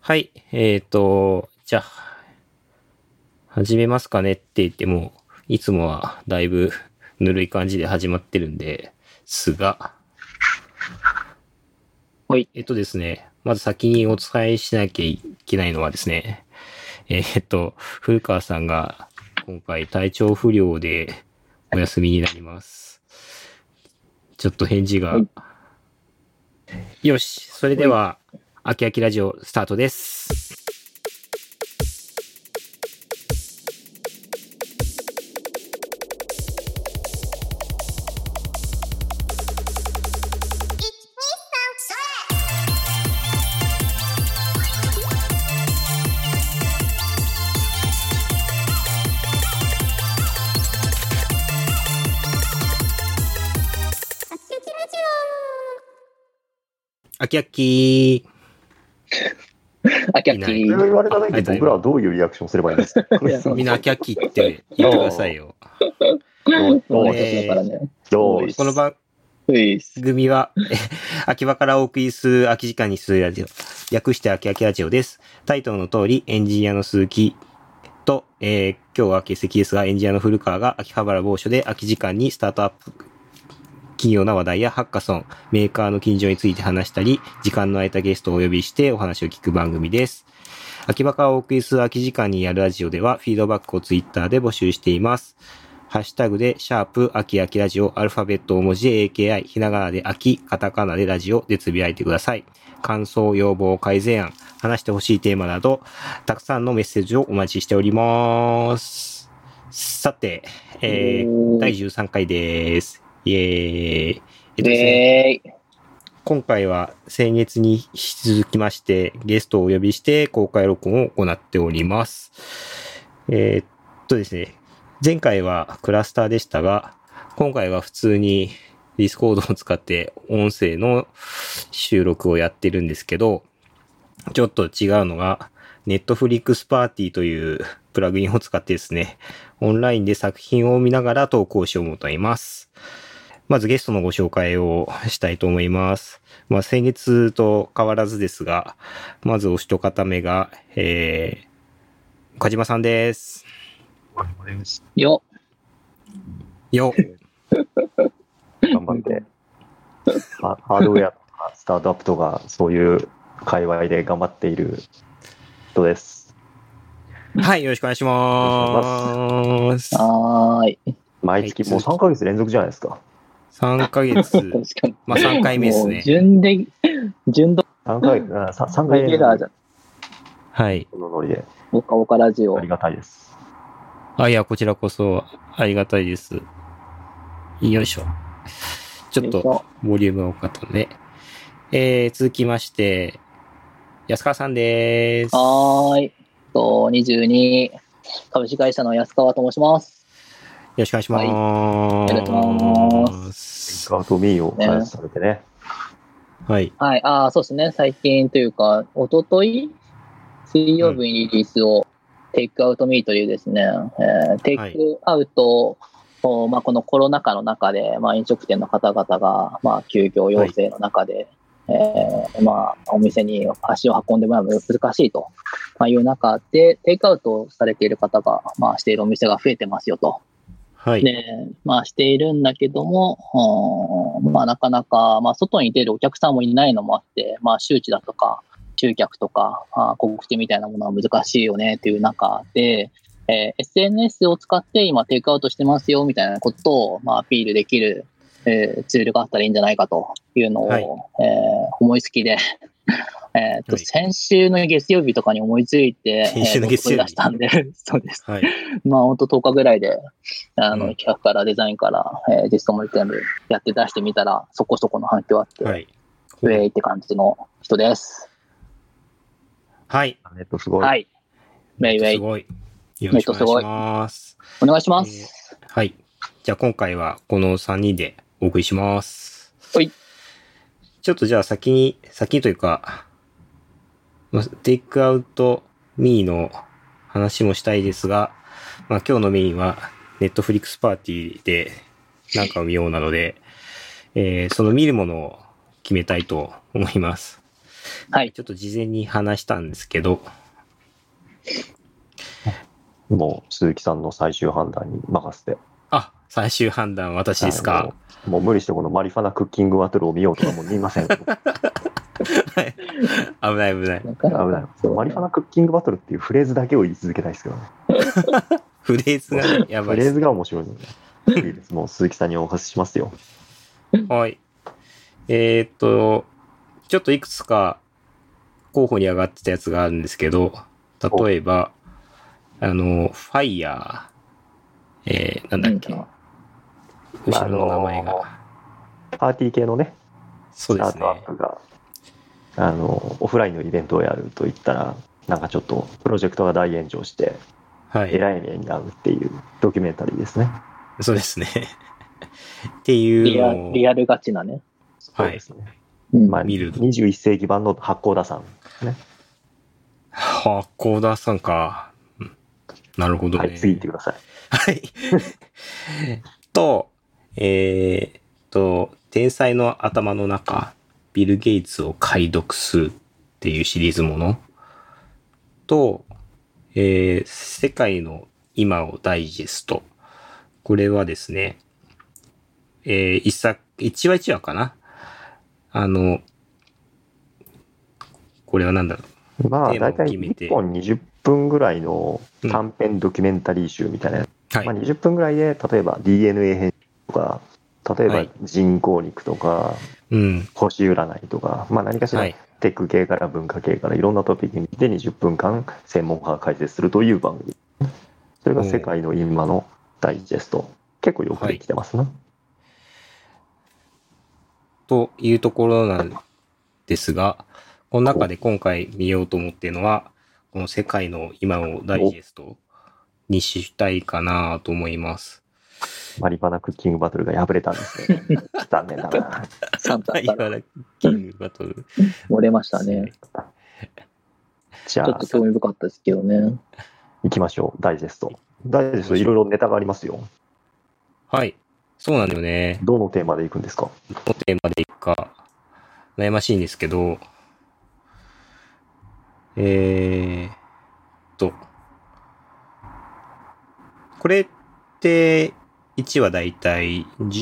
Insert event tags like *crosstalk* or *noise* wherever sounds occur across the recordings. はい、えっ、と、じゃあ、始めますかねって言っても、いつもはだいぶぬるい感じで始まってるんですが、はい。えっとですね、まず先にお伝えしなきゃいけないのはですね、えーっと、古川さんが今回体調不良でお休みになります。ちょっと返事が。はいよし、それでは、あきあきラジオスタートです。あきあきあきゃいきないそれを言われた時に僕らはどういうリアクションをすればいいんですかー、みんなあきあきって言ってくださいよ。どうどもうう私だからね。どうこの番ういっす組は、 *laughs* え秋葉からお送りする秋時間にするラジオ、略して秋秋ラジオです。タイトルの通り、エンジニアの鈴木と、えー今日は欠席ですが、エンジニアの古川が秋葉原某所で空き時間にスタートアップ、企業の話題やハッカソン、メーカーの近所について話したり、時間の空いたゲストをお呼びしてお話を聞く番組です。秋葉からお送りする空き時間にやるラジオでは、フィードバックをツイッターで募集しています。ハッシュタグで、シャープ、秋秋ラジオ、アルファベット大文字で AKI、ひながらで秋、カタカナでラジオでつぶやいてください。感想、要望、改善案、話してほしいテーマなど、たくさんのメッセージをお待ちしております。さて、えー、おー第13回です。イエーイ。えっとですねねえ今回は先月に引き続きまして、ゲストをお呼びして公開録音を行っております。えーっとですね、前回はクラスターでしたが、今回は普通に Discord を使って音声の収録をやってるんですけど、ちょっと違うのが、Netflix パーティーという *laughs* プラグインを使ってですね、オンラインで作品を見ながら投稿しようと思います。まずゲストのご紹介をしたいと思います。まあ、先月と変わらずですが、まずお一方目が、えー、岡島さんです。よよ頑張って。まあハードウェアとかスタートアップとかそういう界隈で頑張っている人です。はい、よろしくお願いします。はーい。毎月もう3ヶ月連続じゃないですか。 3ヶ月確、かに。まあ3回目ですもうね。順で、順度3ヶ月、あさ三回レギ連ュラーじ続ゃん。はい。このノリでおかおかラジオあ。りがたいです。あ、いや、こちらこそありがたいです。よいしょ。ちょっと、ボリュームが多かったので。えー、続きまして、安川さんです。はーい。と、22、株式会社の安川と申します。よろしくお願いします。いよろしくお願いしますガートミーを開発されてね。はい。はい。ああ、そうですね。最近というか、おととい、水曜日にリリースを、テイクアウトミーというですね、えーテイクアウトを、まあ、このコロナ禍の中で、まあ、飲食店の方々が、まあ、休業要請の中で、えーまあ、お店に足を運んでもらうのが難しいとまあいう中で、テイクアウトされている方が、まあ、しているお店が増えてますよと。はい。で、まあしているんだけども、うんまあなかなか、まあ外に出るお客さんもいないのもあって、まあ周知だとか、集客とか、あ告知みたいなものは難しいよねっていう中で、えー SNS を使って今テイクアウトしてますよみたいなことを、まあアピールできる、えーツールがあったらいいんじゃないかというのを、はいえー思いつきで、 *laughs* えーっはと、い先週の月曜日とかに思いついて、先週の月曜日えー乗り出したんで、 *laughs* そうです。はい。まあ、ほんと10日ぐらいで、あの、うん企画からデザインから、えー実装も全部やって出してみたら、そこそこの反響あって、はい。ウェイって感じの人です。はい。ネットすごい。はい。ウェイウすェイ。ごい。よろしくお願いします。お願いします。はい。じゃあ今回はこの3人でお送りします。はい。ちょっとじゃあ先に、先にというか、まあテイクアウトミーの話もしたいですが、まあ今日のメインはネットフリックスパーティーでなんかを見ようなので、えーその見るものを決めたいと思います。はいちょっと事前に話したんですけど、もう鈴木さんの最終判断に任せて。あ、最終判断私ですあかの。。もう無理してこのマリファナクッキングバトルを見ようとかも見ません。危ない。危ない危ない。なんかマリファナクッキングバトルっていうフレーズだけを言い続けたいですけどね。フレーズがねやフばいレでーす。ズが面白いので。*laughs* いいです。もう鈴木さんにお任せしますよ。はい。えーっと、ちょっといくつか候補に上がってたやつがあるんですけど、例えば、あの、ファイヤー、えー、なんだっけ、うん後ろの名前あのが。パーティー系のね、そうでスターすトアねッ。プが、あの、オフラインのイベントをやると言ったら、なんかちょっとプロジェクトが大炎上して、はいえ。らい目に遭うっていうドキュメンタリーですね。そうですね。 *laughs* っていうリアのをリアルガチなね。はいそうですね。うんまあ、見る21世紀版の八甲田さんですね。はあ、コーダーさんか。うんなるほどね。はい、次行ってください。はい。と、えーっと、天才の頭の中、ビル・ゲイツを解読するっていうシリーズものと、えー世界の今をダイジェスト。これはですね、えー一作、一話一話かなあの、これは何だろまあ、テーマを大体決めて1本20分ぐらいの短編ドキュメンタリー集みたいなやつ、う。はいまあ、。20分ぐらいで、例えば DNA 編とか、例えはばい人工肉とか、うん。星占いとか、まあ、何かしらはいテック系から文化系からいろんなトピックについて20分間専門家が解説するという番組。それが世界の今のダイジェスト。結構よくできてますな。というところなんですが、この中で今回見ようと思っているのは、この世界の今をダイジェストにしたいかなと思います。マリファナクッキングバトルが敗れたんで *laughs* すね。残念だな。サンタはい、から茨城キングバトル。漏れましたね。。じゃちょっあと、興味深かったですけどね。行きましょう。ダイジェスト。ダイジェスト、いろいろネタがありますよ。はい。そうなんだよね。どのテーマで行くんですかどのテーマでいくか、悩ましいんですけど、えーっと、これって、1はだいたい10、ま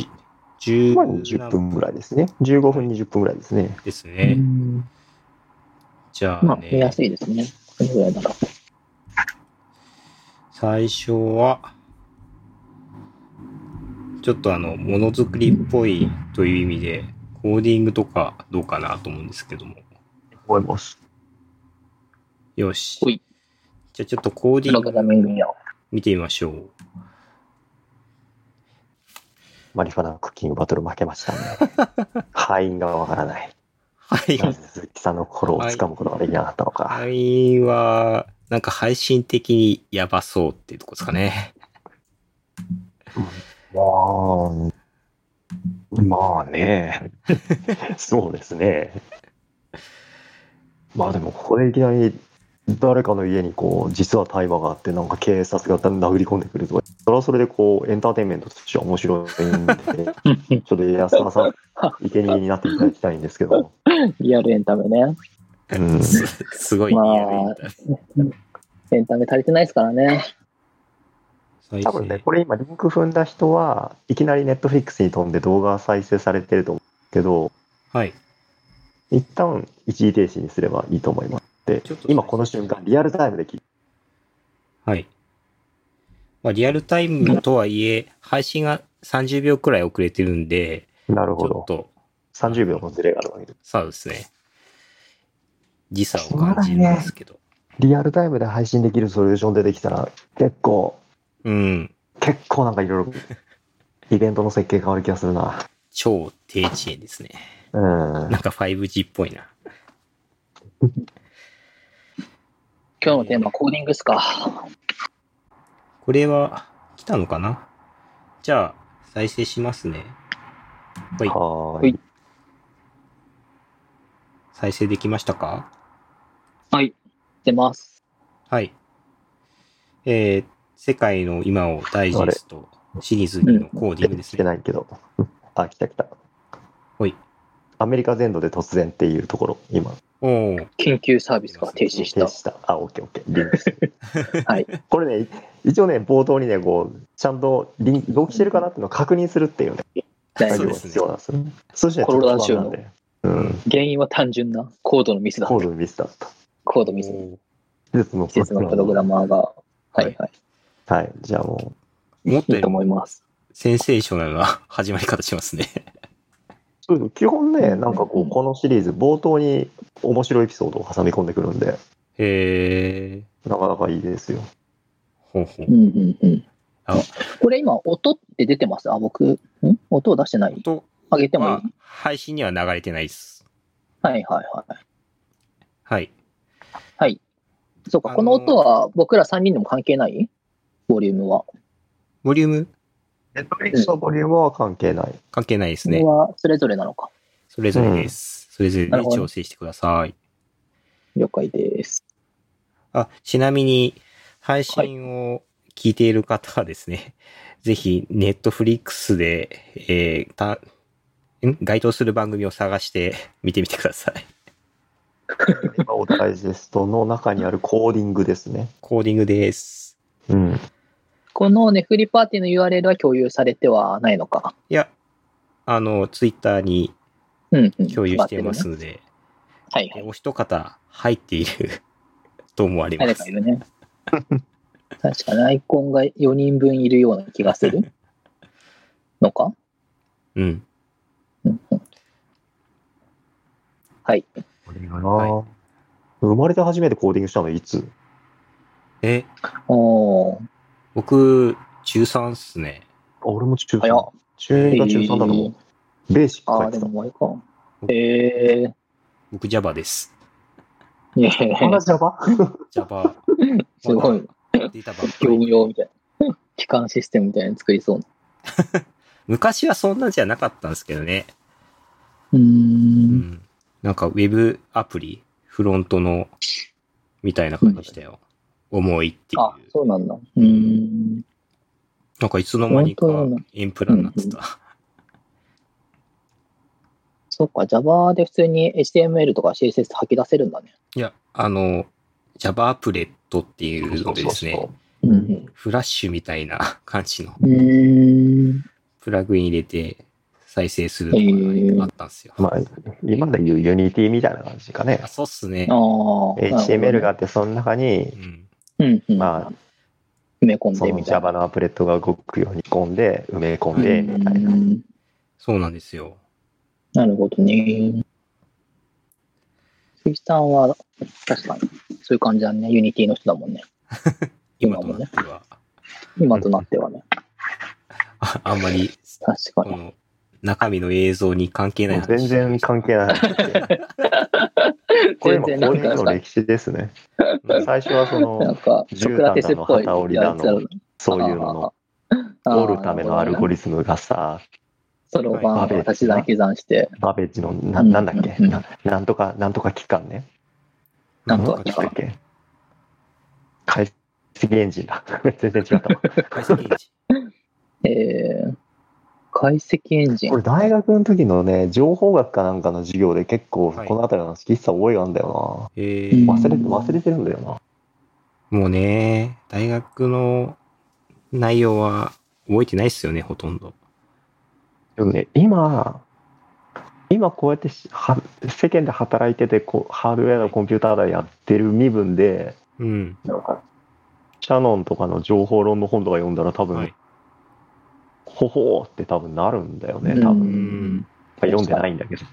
あ20 10分ぐらいですね。15分、20分ぐらいですね。ですうね。んじゃまああ、見やね、すいですね。それぐらいなら。最初は、ちょっとあの、ものづくりっぽいという意味で、コーディングとかどうかなと思うんですけども。思います。よしほい。じゃあちょっとコーデプィンロググラミングや。見てみましょう。マリファナクッキングバトル負けましたね。敗因がわからない。はい。なぜ鈴木さんの心をつかむことができなかったのか。敗因は、なんか配信的にやばそうっていうとこですかね。まあ、まあ *laughs* ね。そうですね。まあでも、ここでいきなり誰かの家にこう、実は大麻があって、なんか警察が殴り込んでくるとか、それはそれでこう、エンターテインメントとしては面白いん *laughs* で、ちょっと安田さん、生贄になっていただきたいんですけど、リアルエンタメね。うん、すすごいリアルインタビューエンタメ足りてないですからね。再生多分ね、これ今、リンク踏んだ人は、いきなりネットフリックスに飛んで動画が再生されてると思うけど、はい。一旦一時停止にすればいいと思います。でちょっと、今この瞬間、リアルタイムで聞いて、はい。まあ、リアルタイムとはいえ、配信が30秒くらい遅れてるんで、なるちほょっど。と、 30秒のズレがあるわけです。そうですね。時差を感じるんですけど。リアルタイムで配信できるソリューション出てきたら、結構、うん。結構なんかいろいろ、イベントの設計変わる気がするな。超低遅延ですね。うんな。んか 5G っぽいな。今日のテーマ、コーディングっすか。これは来たのかなじゃあ、再生しますね。はい。ははーいい。再生できましたかはい。出ます。はい。えー、世界の今をダイジェストシリーズ2のコーディングです来てね。ないけど。あ、来た来た。はい。アメリカ全土で突然っていうところ、今、おー緊急サービスが停止した。した。あ、オッケーオッケー。リンクして *laughs* はい。これね、一応ね、冒頭にね、こう、ちゃんとリン動機してるかなっていうのを確認するっていうね、い作業が必要なんですよね。そして、コロナ中の特番なんで。うん。原因は単純なコードのミスだ。コードのミスだった。コードおミス。ー季節の季節のプログラマーが。ははいいはい。はい。じゃあも思ったいいとより思います。センセーショナルな *laughs* 始まり方しますね。ううん、基本ね、なんかこうんう、このシリーズ、冒頭に面白いエピソードを挟み込んでくるんで、へえ。なかなかいいです *laughs* よ。ほうほううん。うんうんあ。これ今、音って出てますあ、僕、ん音を出してないと、上げてもいい、まあ、配信には流れてないです。はいはいはい。はい。そうか、あのーこの音は僕ら3人でも関係ないボリュームは。ボリュームネットフリックスのボリュームは関係ない。関係ないですこれね。はそれぞれなのか。それぞれです。それぞれなでるほど調整してください。了解です。あ、ちなみに、配信を聞いている方はですね、ぜひ、ネットフリックスで、えー、た、ん該当する番組を探して見てみてください。今おダイジェストの中にあるコーディングですね。コーディングです。うん。このネフリパーティーの URL は共有されてはないのか。いや、あの、ツイッターにうん、うん。共有しています上がってるねので、はいはえい。お一方入っている *laughs* と思われま誰すかい。るね。確かにアイコンが4人分いるような気がす *laughs* るのかうん。うんうんはい。コーディングな、は生まれて初めてコーディングしたのいつえ、おー、僕、中3っすね。あ俺も中早っ3。中2か中3だと思う。ベーシックあ書あ、いでてた。もあれか。えー僕 Java です。いえいまえだ、Java? Java。すごい。データ *laughs* ばっか業務り。用みたいな。機関システムみたいなの作りそうな。昔はそんなんじゃなかったんですけどね。うー。うんん。なんか Web アプリ、フロントの、みたいな感じでしたよ。重いってあい、う。そうなんだ。うーん。なんかいつの間にかフロントなんだエンプラになってた。そっか、Java で普通に HTML とか CSS 吐き出せるんだね。いや、あの、Java アプレットっていうのでですね、うんフラッシュみたいな感じのうん。うーん。プラグイン入れて再生するとかあったんですよ。まあ、今で言う Unity みたいな感じかねあ。そうっすね。ああ。 HTML がなあるって、その中うに、ん。ほどね、うんうん、まあ、埋め込んそでのみたいな。 Java のアプレットが動くように込んで、埋め込んで、みたいなう。んそうなんですよ。なるほどね。鈴木さんは、確かに、そういう感じだね。ユニティの人だもんね。今今ともなねっては、今となってはね。ああんまり、確かこに。の、中身の映像に関係ない話。全然関 *laughs* 係ない。これ今、コ全然ーディングのなんか、歴史です *laughs* ね。うん最初はなそんの、か、ソクラテスっぽい絨毯だの旗織りだのやつそういうのの、あー折るためのアルゴリズムがさ、そろばんを足し算刻んして、バベッジの、なうんなんだっけ、うんななんとか、なんとか期間ね。なんとなかんだっけ解析エンジンだ。 *laughs* 全然違ったわ。解析値えー、解析エンジン。俺、大学の時のね、情報学かなんかの授業で結構、はいこの辺りの好きさ覚えがあるんだよえうーんな。忘れて、忘れてるんだよな。もうね、大学の内容は覚えてないっすよね、ほとんど。でもね、今、今こうやってしは世間で働いててこう、ハードウェアのコンピューターだやってる身分で、うん。なんか、シャノンとかの情報論の本とか読んだら多分、はいほほーって多分なるんだよね、うん多分。うまん。あ読んでないんだけど。い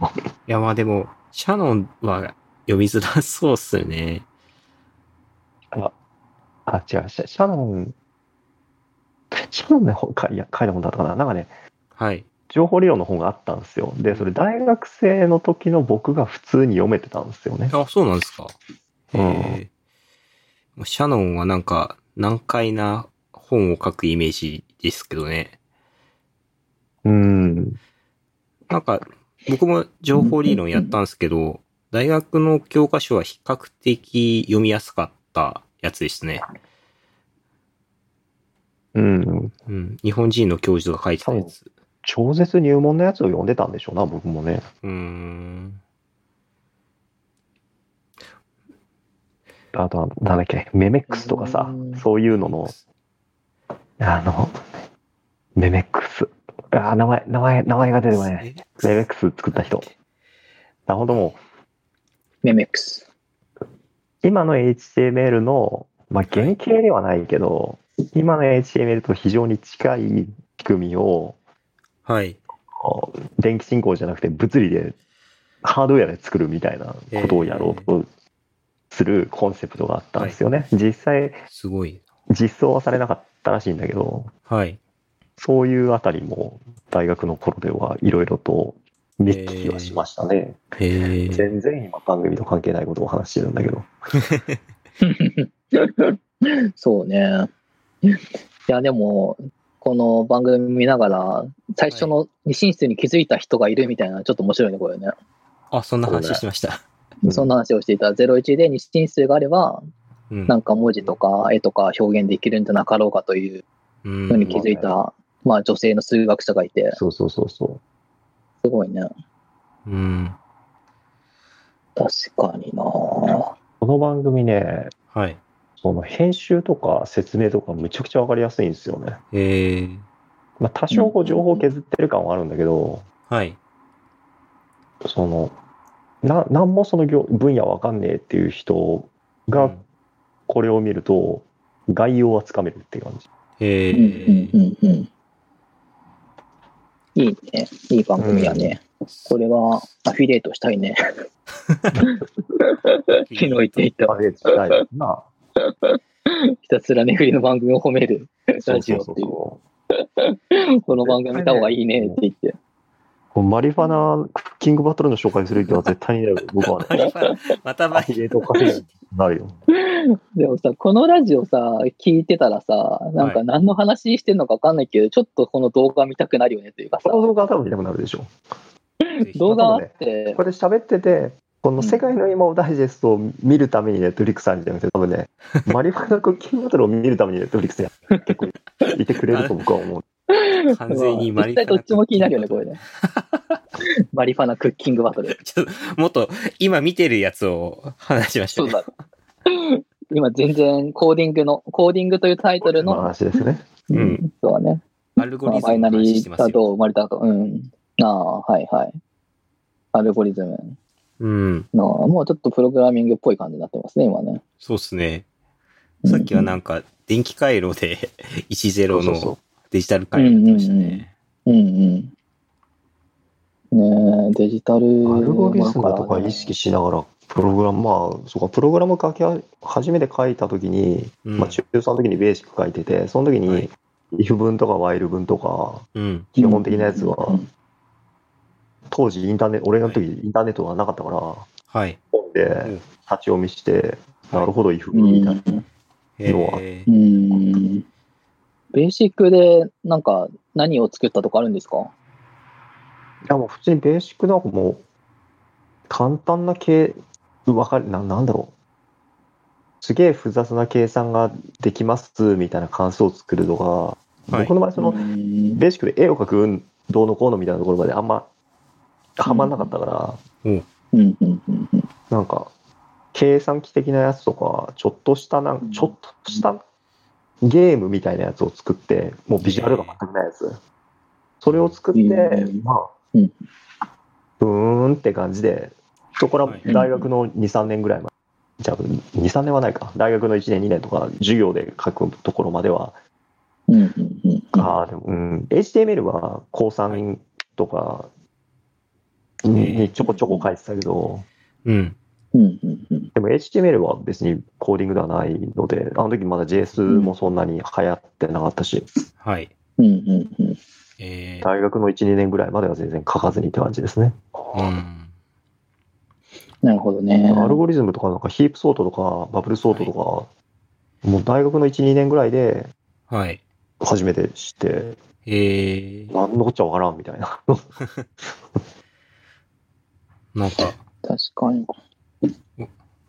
や、まあでも、シャノンは読みづらそうっすよね。あ、違う、シャシャノン、シャノンの本かいや書いた本だったかな。なんかね、はい。情報理論の本があったんですよ。で、それ大学生の時の僕が普通に読めてたんですよね。あ、そうなんですか。うんえーシャノンはなんか、難解な本を書くイメージですけどね。うん。なんか、僕も情報理論やったんですけど、大学の教科書は比較的読みやすかったやつですね。うん。うん。日本人の教授が書いてたやつ。超絶入門のやつを読んでたんでしょうな、僕もね。うーん。あとは、なんだっけ、メメックスとかさうん、そういうのの、あの、メメックス。あー、名前、名前、名前が出てこない。メメックス作った人。なるほど、もメメックス。う、今の HTML の、まあ、原型ではないけど、今の HTML と非常に近い仕組みを、はい。こう電気信号じゃなくて物理で、ハードウェアで作るみたいなことをやろうとするコンセプトがあったんですよね。実際、すごい。実装はされなかったらしいんだけど、はい。そういうあたりも大学の頃ではいろいろと見聞きはしましたね。へえ。全然今番組と関係ないことをお話ししてるんだけど。そうね。 *laughs* いや、でも、この番組見ながら、最初の二進室に気づいた人がいるみたいな、ちょっと面白いね、これね。あ、そんな話しました。うんそんな話をしていた。01で二進室があれば、うんなんか文字とか絵とか表現できるんじゃなかろうかといううふうにん。気づいた、まあ女性の数学者がいて、そうそうそうそすごいね。うん。確かになう。この番組ね、はい。その編集とか説明とかむちゃくちゃわかりやすいんですよね。へえ。まあ多少こう情報削ってる感はあるんだけど、はい。その、な、なんもその業分野わかんねえっていう人うがんこれを見ると概要はつかめるっていう感じ。へうんうんえ。うんうん。いいね。いい番組やね。これはアフィリエイトしたいね。 *laughs* 昨日言っていたあれ、ないな。ひたすらねぐりの番組を褒めるラジオってそいうそうそうこの番組見た方がいいねって言って。こうマリファナクッキングバトルの紹介する気は絶対にない僕はマね。リファナまたアマフリィリエイトカフェなるよ。でもさ、このラジオさ、聞いてたらさ、なんか何の話してんのか分かんないけど、ちょっとこの動画見たくなるよねというかさこ、の動画は多分見たくなるでしょ。動画あってこ、れ喋ってて、この世界の今をダイジェストを見るためにネットフリックスあるんじゃなくて、多分ね、マリファナクッキングバトルを見るためにネットフリックスや結構いてくれると僕は思う。完全にマリ実ファナ。際どっちも気になるよね、これ。ね。 *laughs* マリファナクッキングバトル。ちょっと、 *laughs* もっと、今見てるやつを話しましたそうね。だ。今全然コーディングの、コーディングというタイトルのの、話ですね。うんそうだね、アルゴまあリズバイムナの話リしてーまがすよ。どう生まれたか、うん。ああ、はいはい。アルゴリズムうん。の、もうちょっとプログラミングっぽい感じになってますね、今ね。そうっすね。さっきはなか、んか、電気回路で *laughs* 10そうそうのデジタル回路やってましたね。うんうん。ねえ、デジタル。アルゴリズムとか意識しながら、プログラム、まあ、そうか、プログラム書きは、初めて書いたときに、うんまあ、中3の時にベーシック書いてて、その時はいに、if 文とか while 文とか、うん。基本的なやつうはん、当時インターネット、俺の時はインターネットがなかったから、はい。うんで、立ち読みして、なるほど、イフうみたいんな。。要はえうーん。ベーシックで、なんか、何を作ったとかあるんですかいや、もう普通にベーシックなんかもう、簡単な計、わかる、ななんだろう。すげえ複雑な計算ができます、みたいな関数を作るとか、はい僕の場合、その、うんベーシックで絵を描く運動のこうのみたいなところまであんま、はまんなかったから、うんうんうんうんなんか、計算機的なやつとか、ちょっとしたなうんん、ちょっとしたゲームみたいなやつを作って、もうビジュアルが全くないやつ。それを作って、うんまあうん、うーんって感じで、そこからはい大学の2、3年ぐらいまで、じゃあ、2、3年はないか、大学の1年、2年とか、授業で書くところまでは、うんうんうんうんああ、でも、うん、HTML は高3とかにちょこちょこ書いてたけど、うん。うんうんうんでも HTML は別にコーディングではないので、あの時まだ JS もそんなに流行ってなかったし、はい。うんうんうんえー大学の1、2年ぐらいまでは全然書かずにって感じですね。うん。なるほどね。アルゴリズムとか、なんかヒープソートとか、バブルソートとか、もう大学の1、2年ぐらいではい。初めて知って、えーなんのこっちゃわからんみたいな。なんか、確かに。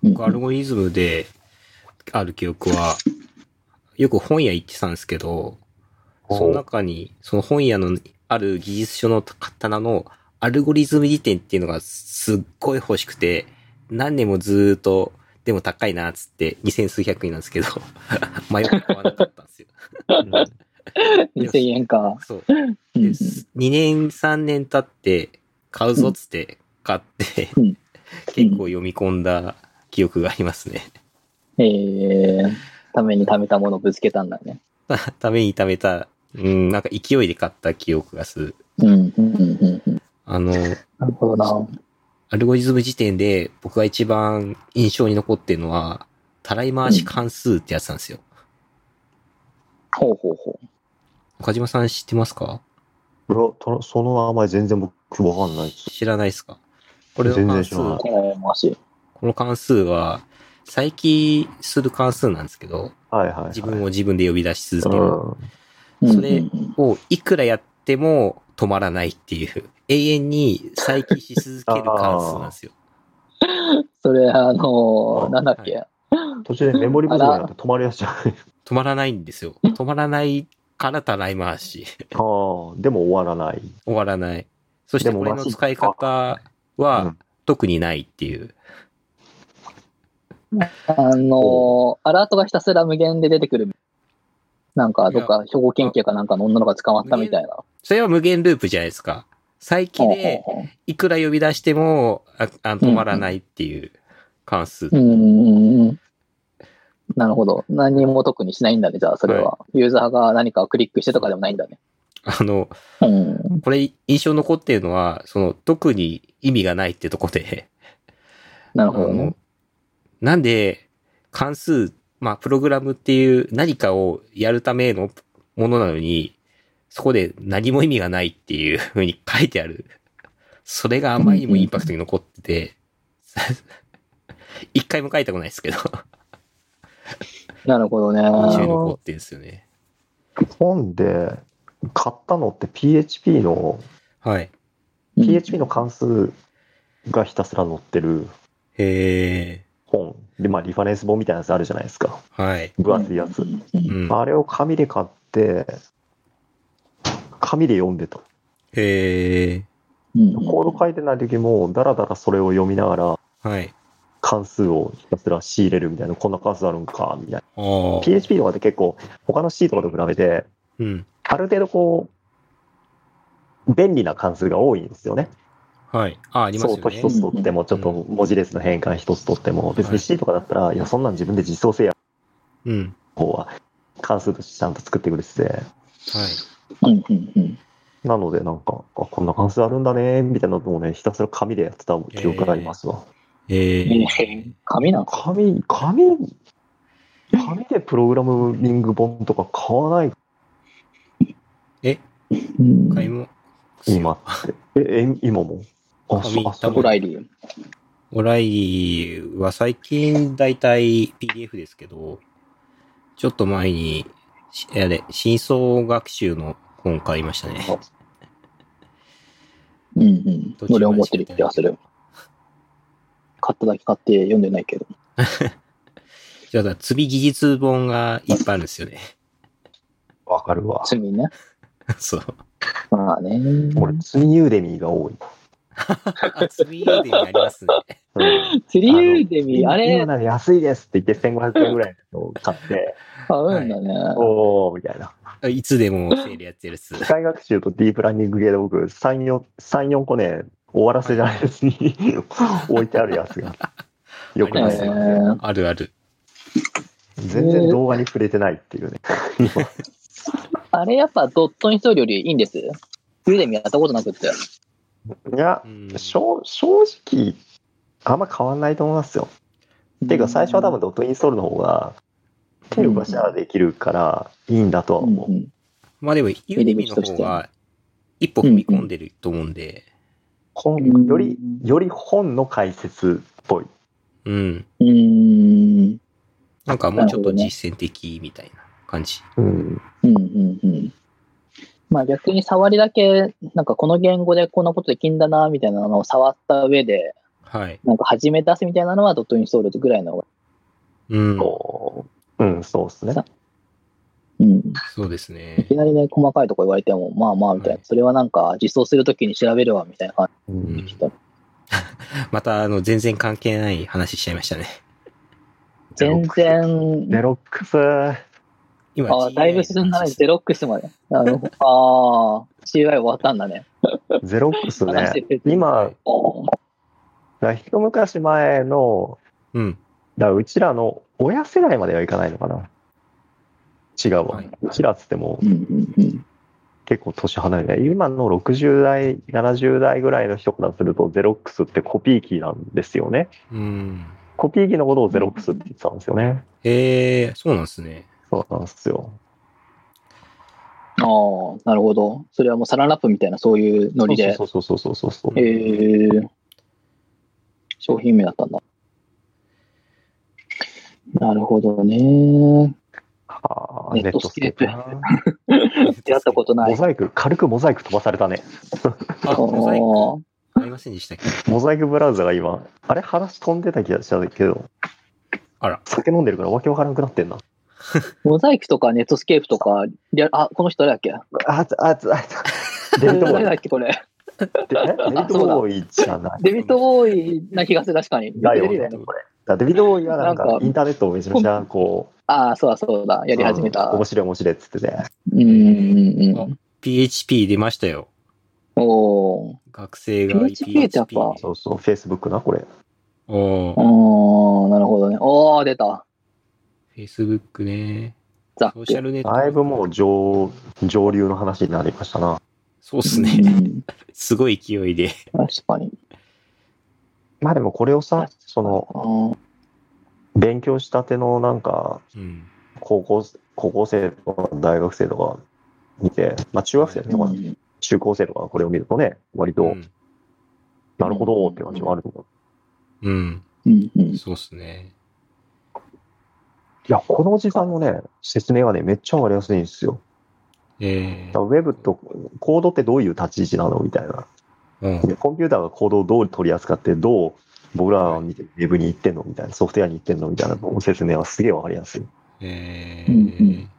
僕アルゴリズムである記憶は、よく本屋行ってたんですけど、その中に、その本屋のある技術書の棚のアルゴリズム辞典っていうのがすっごい欲しくて、何年もずーっとでも高いな、つって、二千数百円なんですけど、 *laughs* 迷って買わなかったんですよ。 *laughs* 2000円か。そう。うでん2年、3年経って、買うぞっつって買ってうん、結構読み込んだ記憶がありますね。えー、ために貯めたものぶつけたんだね。ために貯めた、うん、なんか勢いで買った記憶がする。うん、うん、うん、うん。あの、なるほどな。アルゴリズム時点で僕が一番印象に残ってるのは、たらい回し関数ってやつなんですよ。ほうほうほ岡島さん知ってますかいやただその名前全然僕わかんないです。知らないですかこれの関数、全然知らなう。いこたらい回し。の関数は、再帰する関数なんですけど、はいはい、はい。自分を自分で呼び出し続ける。うんそれうんうんうんをいくらやっても止まらないっていう、永遠に再帰し続ける関数なんですよ。それ、あのあー、なんだっけ、途中でメモリ不足になって止まりやすい。ああ止まらないんですよ。止まらないからたらい回し。ー、でも終わらない。終わらない。そしてでもこれの使い方うはん特にないっていう。あのー、アラートがひたすら無限で出てくる。なんか、どっか、兵庫県警かなんかの女の子が捕まったみたいな。それは無限ループじゃないですか。再起ほうでほうほういくら呼び出してもああ止まらないっていう関数。うんうんうん。なるほど。何も特にしないんだね、じゃあ、それは。ユーザーが何かをクリックしてとかでもないんだね。あの、うん。これ印象残ってるのは、その特に意味がないってとこで、なあるほどねの。なんで関数、まあプログラムっていう何かをやるためのものなのに、そこで何も意味がないっていうふうに *laughs* 書いてある。それがあまりにもインパクトに残ってて、 *laughs* 一回も書いたことないですけど、なるほどね。印象に残ってるんですよね。本で買ったのって PHP の、はい。うん PHP の関数がひたすら載ってるへえ。本。で、まあリファレンス本みたいなやつあるじゃないですか。はい。分厚いやつ。う。うんあれを紙で買って、紙で読んでた。へえ。んコード書いてない時も、だらだらそれを読みながら、はい。関数をひたすら仕入れるみたいな、こんな関数あるんか、みたいな。ああ。 PHP とかって結構、他の C とかと比べて、うん。ある程度こう、便利な関数が多いんですよね。はい。あ、ありますよソートね一。つ取っても、ちょっと文字列の変換一つ取っても、別はいに C とかだったら、いや、そんなん自分で実装制約うん。の方は、関数としてちゃんと作ってくれてて、はい。うんうんうんなので、なんか、あこんな関数あるんだね、みたいなのをね、ひたすら紙でやってた記憶がありますわ。ええ。紙なんか。紙、紙、紙でプログラミング本とか買わないうん買い物。今って。え、え今もあ、紙そあ、そ多オ分うライリー。オライリーは最近だいたい PDF ですけど、ちょっと前に、しあれ、真相学習の本買いましたね。うんうん。俺は思ってる気がする。買っただけ買って読んでないけど。じゃあ、釣り技術本がいっぱいあるんですよね。 *laughs* わかるわ。罪ね。そう。まあね。俺、ツイユーデミーが多い。あ、釣りでになりますね。うん釣りユーデミー、あ今れ、なら安いですって言って1500円ぐらいの買 *laughs* って、買うんだね。おー、みたいな。 *laughs* いつでもセールやってるやつ。機械学習とディープラーニング系で僕、3、4、3 4個ね、終わらせじゃないです *laughs* に置いてあるやつが。よくおな願いですしよまね。えーあるある。全然動画に触れてないっていうね。あれやっぱドットインストールよりいいんです。ユーデミーやったことなくって。いやう、ん正正直、あんま変わんないと思いますよ。ていうか、最初は多分ドットインストールの方が、手を動かしながらできるからいいんだとはうん思う。うんまあでも、ユーデミの方が一歩踏み込んでると思うんで、本より、より本の解説っぽい。うん。うーん。なんかもうちょっと実践的みたいな感じ。うん。うんうんうん。まあ逆に触りだけ、なんかこの言語でこんなことできんだな、みたいなのを触った上で、はい。なんか始め出すみたいなのはドットインストールぐらいの方が。うん。こううん、そうですね。うん。そうですね。いきなりね、細かいとこ言われても、まあまあ、みたいはな。それはなんか実装するときに調べるわ、みたいな感 *laughs* ううんんじでした。また、あの、全然関係ない話しちゃいましたね。全然、デロックス。今ああ、だいぶ進んだね。ゼロックスまで。なるほど。あ *laughs* あ、CY 終わったんだね。ゼロックス話してね。て今、おー一昔前の、うん。だからうちらの親世代まではいかないのかな。違うわ。はいうちらっつってもうんうんうん結構年離れない。今の60代、70代ぐらいの人からすると、ゼロックスってコピー機なんですよね。うん。コピー機のことをゼロックスって言ってたんですよね。へえ、そうなんですね。 *laughs* そうなんですよ。ああ、なるほど。それはもうサランラップみたいな、そういうノリで。そうそうそうそうそうそう。えー、商品名だったんだ。なるほどね。はあネットスケープネットス出会ったことないモ。ザイク、軽くモザイク飛ばされたね。あ、モザイおークありませんでしたっけモザイクブラウザが今、あれ話飛んでた気がしたけど。あら酒飲んでるからわけわからなくなってんな。モザイクとかネットスケープとか、リアあ、この人誰だっけあつあつあつ。 *laughs* デビットボーイ誰だっけこれ。でえデビッド・ボーイじゃない。デビットボーイな気がする、確かに。だよ出ねてるよねこれだデビッド・ボーイはなんかなんかインターネットをめちゃめちゃこう、ああ、そうだそうだ。やり始めた。うん面白い面白いっつってて、うん、うん、うあん。 PHP 出ましたよ。おー学生が PHP ってやっぱそうそう、Facebook な、これ。おーおーなるほどね。おー出た。 Facebook ね。ザックソーシャルネット。だいぶもう上上流の話になりましたな。そうっすうね。 *laughs* んすごい勢いで。確かに。まあでもこれをさ、その、うん勉強したてのなんか、うん。高校高校生とか大学生とか見て、まあ中学生とか、中高生とかこれを見るとね、割と、うんなるほどって感じはあると思う。うん。うんうんそうっすね。いや、このおじさんのね、説明がね、めっちゃわかりやすいんですよ。えーウェブとコードってどういう立ち位置なのみたいな。うん。でコンピューターがコードをどう取り扱って、どう僕らは見てウェブに行ってんのみたいな、ソフトウェアに行ってんのみたいな説明はすげえわかりやすい。えうんうーん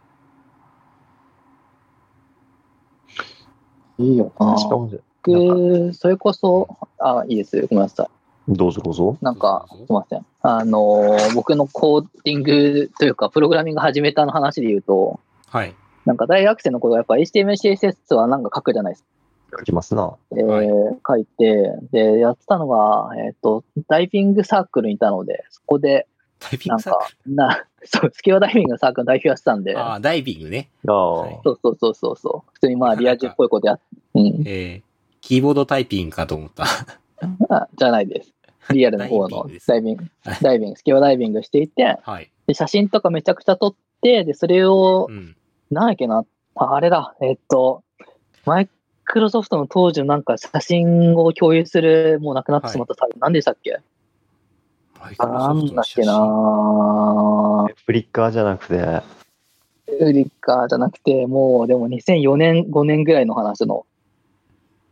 いいよな。しかも、僕、それこそ、あ、いいです。ごめんなさい。どうぞどうぞ。なんか、どうぞすいません。あのー、僕のコーティングというか、プログラミング始めたの話で言うと、はい。なんか大学生の頃やっぱ HTML、CSS はなんか書くじゃないですか。書きますな。えーはい書いて、で、やってたのが、えっ、と、ダイビングサークルにいたので、そこで、ダイビンなグんサーか、な、 *laughs* そう、スキューバダイビングのサークルの代表やってたんでク、ああ、ダイビングね。あはいそうそうそうそうそう、普通にまあ、リア充っぽいことやっ、うん、えーキーボードタイピングかと思った。あじゃないです。リアルの方のダダイビングはい、ダイビング、スキューバダイビングしていて、 *laughs* はい。で写真とかめちゃくちゃ撮って、で、それをう、ん。なんやっけな、ああれだ、えっと、マイクロソフトの当時のなんか写真を共有する、もうなくなってしまったサービス、何でしたっけマイクロなソフトんだのっ写け真なフリッカーじゃなくて、ウリッカーじゃなくて、もうでも2004年、5年ぐらいの話の。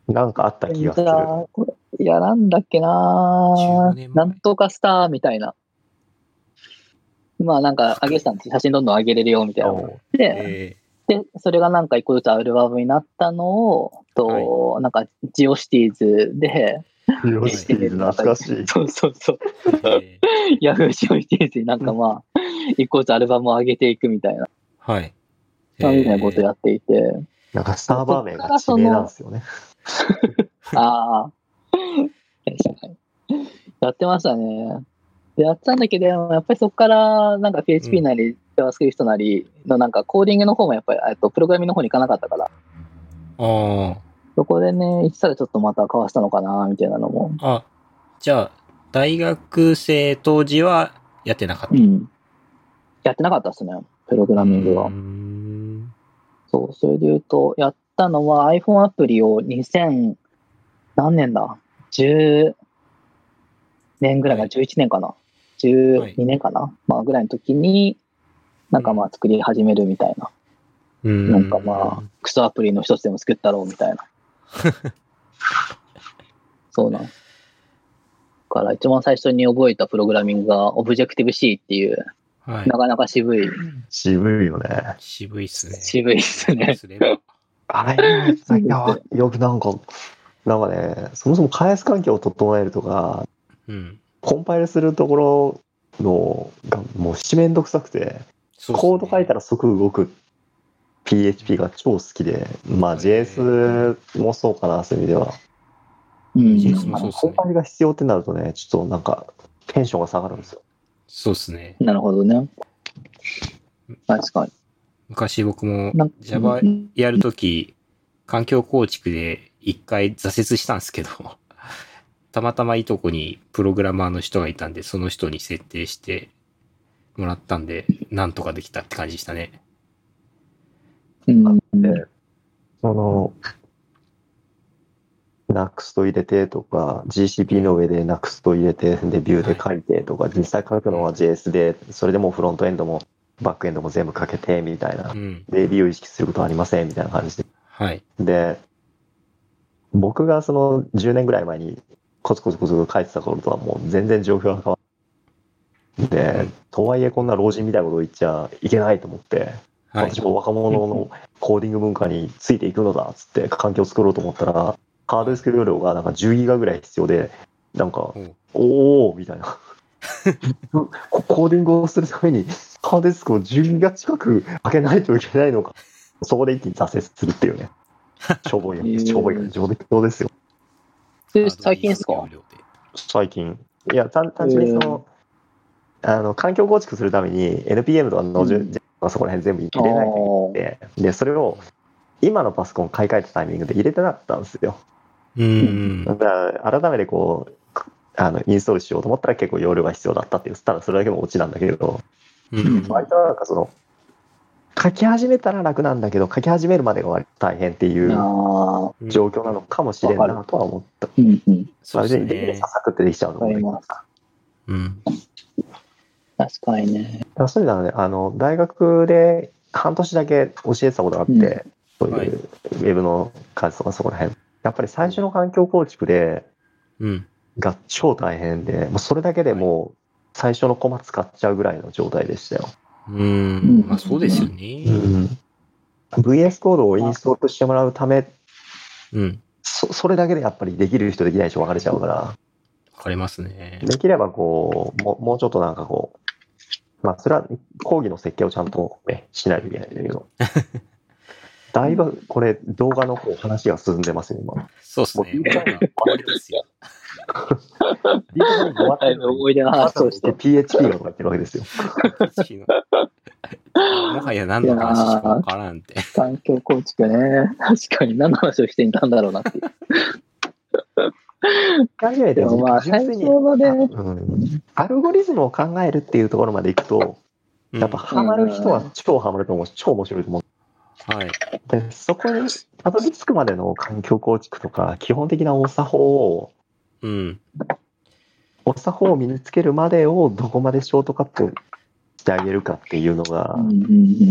なんかあった気がする。これいや、なんだっけ15な年前なんとかスターみたいな。まあなんか上げてたんです写真どんどん上げれるよみたいな。えで、でそれがなんか一個ずつアルバムになったのを、と、なんかジオシティーズで、よし、懐かしい。そうそうそう、ーえーヤフージオシティーズになんかまあ、一個ずつアルバムを上げていくみたいな、はい。 *laughs* そういうようなことやっていて。なんかサーバー名が地名なんですよね。ああ。確かに。やってましたね。でやってたんだけど、やっぱりそこから、なんか PHP なり、JavaScript なりの、なんかコーディングの方もやっぱり、えっと、プログラミングの方に行かなかったから、えーあそこでね、一からちょっとまた交わしたのかな、みたいなのも。あ。あ、じゃあ、大学生当時はやってなかったう。ん。やってなかったですね、プログラミングは。うーんそう、それで言うと、やったのは iPhone アプリを2000、何年だ ?10 年ぐらいか、はい11年かなはい ?12 年かな、まあぐらいの時に、なんかまあ作り始めるみたいな。うーんなんかまあ、クソアプリの一つでも作ったろうみたい *laughs* な。そうなん。だから一番最初に覚えたプログラミングが Objective-C っていう、あ、はいな、かなか渋い、渋いよね。渋いっすね。渋いですどうね。すればあれ、いや、よくなんか、なんかね、そもそも開発環境を整えるとか、うん。コンパイルするところのがもうしめんどくさくて、コード書いたら、ら即動く PHP が超好きで、まあへえ JS もそうかな、そういう意味では。うん技術もそうっす後ね。輩が必要ってなるとね、ちょっとなんかテンションが下がるんですよ。そうですね。なるほどね。確かに。昔僕もなんか Java うんやるとき、環境構築で一回挫折したんですけど、 *laughs* たまたまいとこにプログラマーの人がいたんで、その人に設定してもらったんで、なんとかできたって感じでしたね。うんで、その、NUXT 入れてとか、GCP の上で NUXT 入れて、で、ビューで書いてとか、実際書くのは JS で、それでもうフロントエンドもバックエンドも全部書けて、みたいなう。ん。で、理由意識することはありません、みたいな感じで。はい。で、僕がその10年ぐらい前にコツコツコツコツ書いてた頃とはもう全然状況が変わって、うでん、とはいえこんな老人みたいなことを言っちゃいけないと思って、はい私。も若者のコーディング文化についていくのだっつって環境を作ろうと思ったら、ハードディスク容量がなんか10ギガぐらい必要で、なんか、おうおーみた *laughs* いな。こコーディングをするためにハードディスクを10ギガ近く開けないといけないのか。そこで一気に挫折するっていうね。しょ *laughs* ぼいへーや、しょぼいや、上等ですよ。で最近ですか容量で最近。いや、単単純にその、あの、環境構築するために NPM とかのうん Node とかそこら辺全部入れないといけないってで、それを今のパソコン買い替えたタイミングで入れてなかったんですよ。うんだ。から改めてこう、あのインストールしようと思ったら結構容量が必要だったっていう、ただそれだけもオチなんだけれど、うんん割となんかその、書き始めたら楽なんだけど、書き始めるまでが割と大変っていあうあ、状況なのかもしれんなとは思った。うんうん。そうです別にできればねサ。サクってできちゃうとわか思うんりだけど。ます。うん。確かにね。だからそういうのはね、あの、大学で半年だけ教えてたことがあって、そうはいいうウェブの開発とかそこら辺。やっぱり最初の環境構築で、うん。が超大変で、もうそれだけでもう最初のコマ使っちゃうぐらいの状態でしたよ。うん。まあそうですよね。 VS コードをインストールしてもらうため、うん。そそれだけでやっぱりできる人できない人分かれちゃうから、わかりますね。できればこう、もうもうちょっとなんかこう、まあそれは講義の設計をちゃんと、ね、しないといけないんだ *laughs* けど。だいぶこれ動画の方話が進んでますよ、今。そうですね。僕なんか終わりですよリードに終わってだいるぶ *laughs* のに思い出の話をして。 PHP がとか言ってるわけですよ。 *laughs* もはや何の話してもわからんって。環境構築ね。確かに何の話をしていたんだろうなって。初めてでもまあ、純最粋初にのね、うんアルゴリズムを考えるっていうところまでいくと、やっぱハマる人は超ハマると思うし、超面白いと思う。うんはい。で、そこにたどり着くまでの環境構築とか、基本的なお作法を、うん。お作法を身につけるまでをどこまでショートカットしてあげるかっていうのがうんうんうん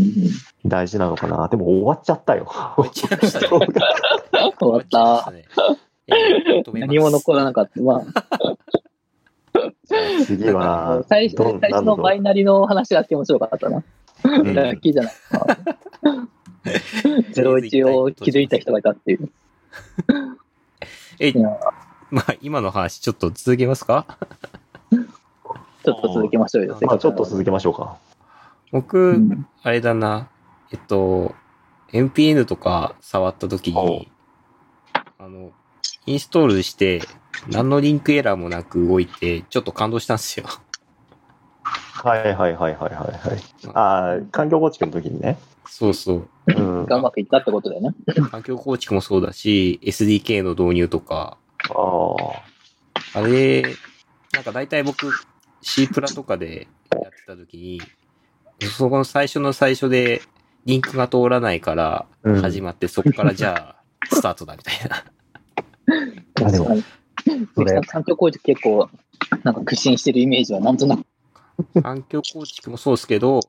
大事なのかな。でも終わっちゃった *laughs* よ。終わっちゃいましたね。動画終わった。終わっちゃいましたね。えー止めます何も残らなかった。ま次あは、、最初どん最初のバイナリの話があって面白かったな。何の *laughs* ラッキーじゃない。ゼロ一を気づいた人がいたっていう。えいいやまあ、今の話、ちょっと続けますかちょっと続けましょうよ。あーせっまかあくちょっとなの続けましょうか。僕、でうんあれだな、えっと、NPN とか触った時おに、あの、インストールして、何のリンクエラーもなく動いて、ちょっと感動したんですよ。 *laughs* はいはいはいはいはいはい。ああ、環境構築の時にね。そうそう。うん。がうまくいったってことだよね。環境構築もそうだし、SDK の導入とか、ああ。あれ、なんか大体僕、C プラとかでやってた時に、そこの最初の最初で、リンクが通らないからうん始まって、そこからじゃあ、スタートだみたいな。あでもはいそれ環境工事結構、なんか苦心してるイメージはなんとなく。環境構築もそうですけど、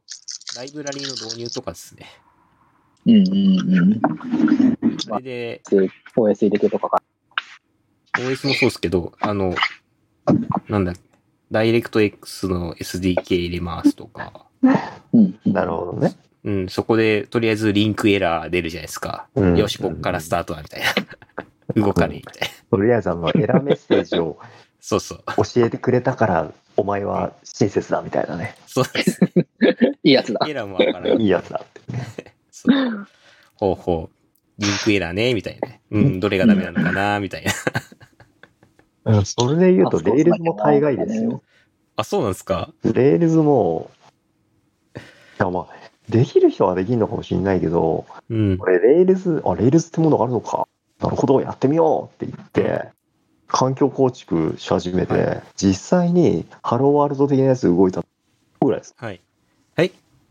ライブラリの導入とかですね。うんうんうん。それで、 OS 入れてとかか。 OS もそうですけど、あの、なんだっけ、ダイレクト X の SDK 入れますとか、うん。なるほどね。うん、そこでとりあえずリンクエラー出るじゃないですか。うん *laughs* よし、こっからスタートだみたいな。動かねえみたいとりあえずあのエラーメッセージをそうそう。 *laughs* 教えてくれたから、お前は親切だみたいなね。そうです。いいやつだ。エラーもわから *laughs* ないい。いやつだって。そうほうほう。リンクエラーね、みたいなね。うん、どれがダメなのかな、みたいな。 *laughs* うん、それで言うと、あそうレールズも大概ですよ。あ、そうなんですかレールズも、いやまあ、できる人はできるのかもしれないけど、うんこ。れレールズ、あ、レールズってものがあるのか。なるほど、やってみようって言って、環境構築し始めて、は実際にハローワールド的なやつ動いたぐらいです。はい。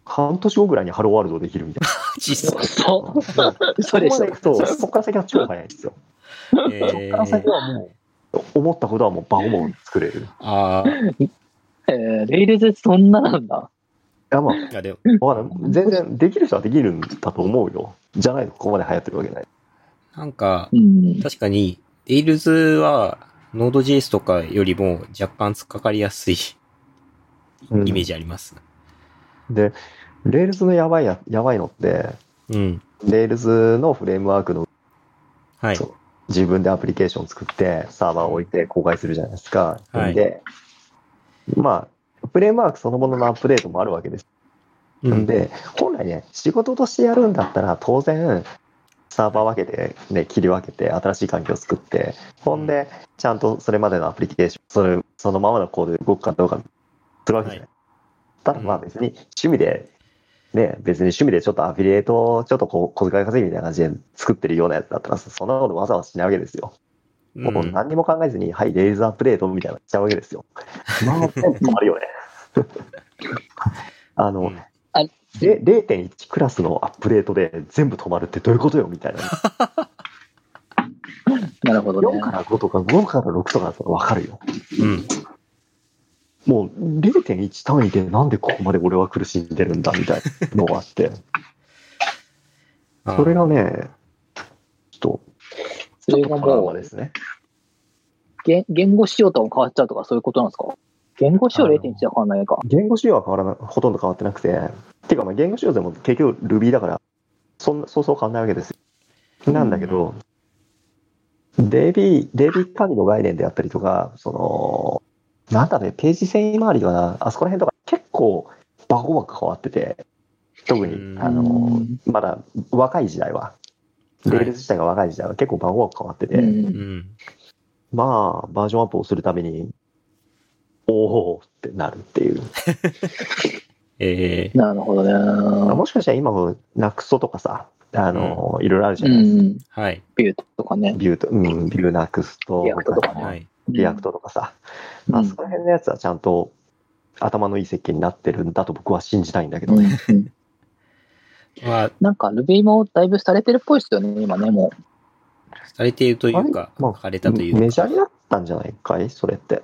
半年後ぐらいにハローワールドできるみたい実そう *laughs* そな。嘘そこでまでしょ行くと、そこから先は超早いんですよ。そこえから先ー、はもう、思ったことはもうバンバン作れる。いあーう。えーレイルズそんななんだ。やまあ、いやでも、わかんない全然できる人はできるんだと思うよ。じゃないとここまで流行ってるわけない。なんかう、ん。確かに、エイルズは、ノード JS とかよりも若干突っかかりやすいイメージあります。で、レールズのやばいややばいのって、うん。レールズのフレームワークのはい。そう自分でアプリケーション作って、サーバー置いて公開するじゃないですか。はいで、まあ、フレームワークそのもののアップデートもあるわけです。うん。で、本来ね、仕事としてやるんだったら、当然、サーバー分けて、ね、切り分けて、新しい環境を作って、ほんで、ちゃんとそれまでのアプリケーション、それそのままのコードで動くかどうか、するわけじゃない。ただ、まあうん別に趣味で、ね、別に趣味でちょっとアフィリエイトをちょっとこう小遣い稼ぎみたいな感じで作ってるようなやつだったら、そんなことわざわざしないわけですよ。うんもう何にも考えずに、はい、レイズアップデートみたいなのしちゃうわけで *laughs* すよ。まあ、テンポあるよね。 *laughs* あの、うんで0.1クラスのアップデートで全部止まるってどういうことよみたいな、なるほど4ねか。ら5とか5から6とかだったら分かるようん。もう0.1単位でなんでここまで俺は苦しんでるんだみたいなのがあって *laughs* あーそれがねちょっとそちょれっとがトラウもマうですね言、言語仕様とも変わっちゃうとか、そういうことなんですか言語仕様0.1じゃ変わんないか。言語仕様は変わらなほとんど変わってなくてていうかまあ言語仕様でも結局 Ruby だからそんなそうそう変わんないわけですよなんだけど、DB、DB 管理の概念であったりとか、その、なんだね、ページ遷移周りはな、あそこら辺とか結構バコバコ変わってて、特うんに、あの、まだ若い時代は、レールズ自体が若い時代は結構バコバコ変わってて、うんうん。まあ、バージョンアップをするために、おおってなるっていう。えー、なるほどね。もしかしたら今もナクソとかさ、あの、いろいろあるじゃうないですか。ん。はい。ビューとかね。ビューと、うん、ビューナクスと、リアクトとかねはい。リアクトとかさ、うんあそこら辺のやつはちゃんと頭のいい設計になってるんだと僕は信じたいんだけどうんね。うんまあ、なんか Ruby もだいぶされてるっぽいですよね、今ね、もされているというかあ、れまあ枯れたというか。メジャーになったんじゃないかいそれって。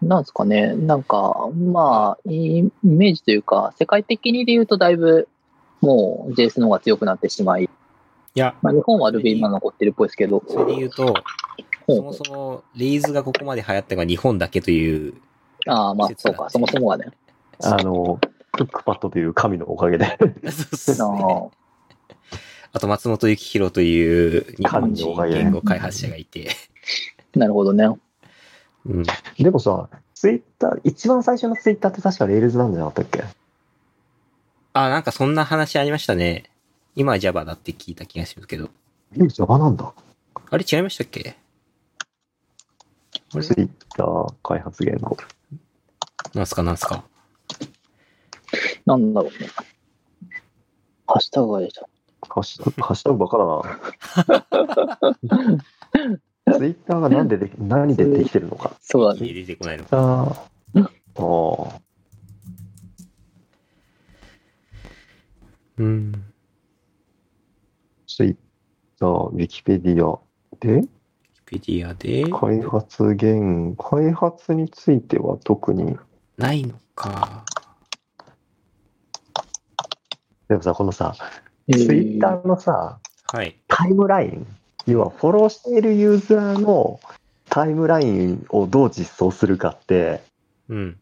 う。なんですかね、なんか、まあ、イイメージというか、世界的にで言うとだいぶ、もう JS の方が強くなってしまい、いや、まあ、日本は Ruby 今残ってるっぽいですけど、それで言うと、ほうそもそも、レイズがここまで流行ったのが日本だけという、ああ、まあ、そうか、そもそもはね。あの、クックパッドという神のおかげで、 *laughs* そうっすねあーあと、松本幸宏という日本神のお人かげ言語開発者がいて、なるほどね。うん。でもさ、ツイッター、一番最初のツイッターって確かレールズなんじゃなかったっけあ、なんかそんな話ありましたね。今は Java だって聞いた気がするけど。え、Java なんだ。あれ違いましたっけあれツイッター開発言語。なんすかなんすかなんだろうね。ハッシュタグがでした。ハッシュタグ、ハッシュタグばっかだな。ツイッターがなんでで、何でできてるのか。そうだね。家出てこないのか。ああ。ああ。うん。ツイッター、ウィキペディアで、ペディアで、開発言、開発については特に。ないのか。でもさ、このさ、ツイッターのさ、はい。タイムライン、要はフォローしているユーザーのタイムラインをどう実装するかって、うん。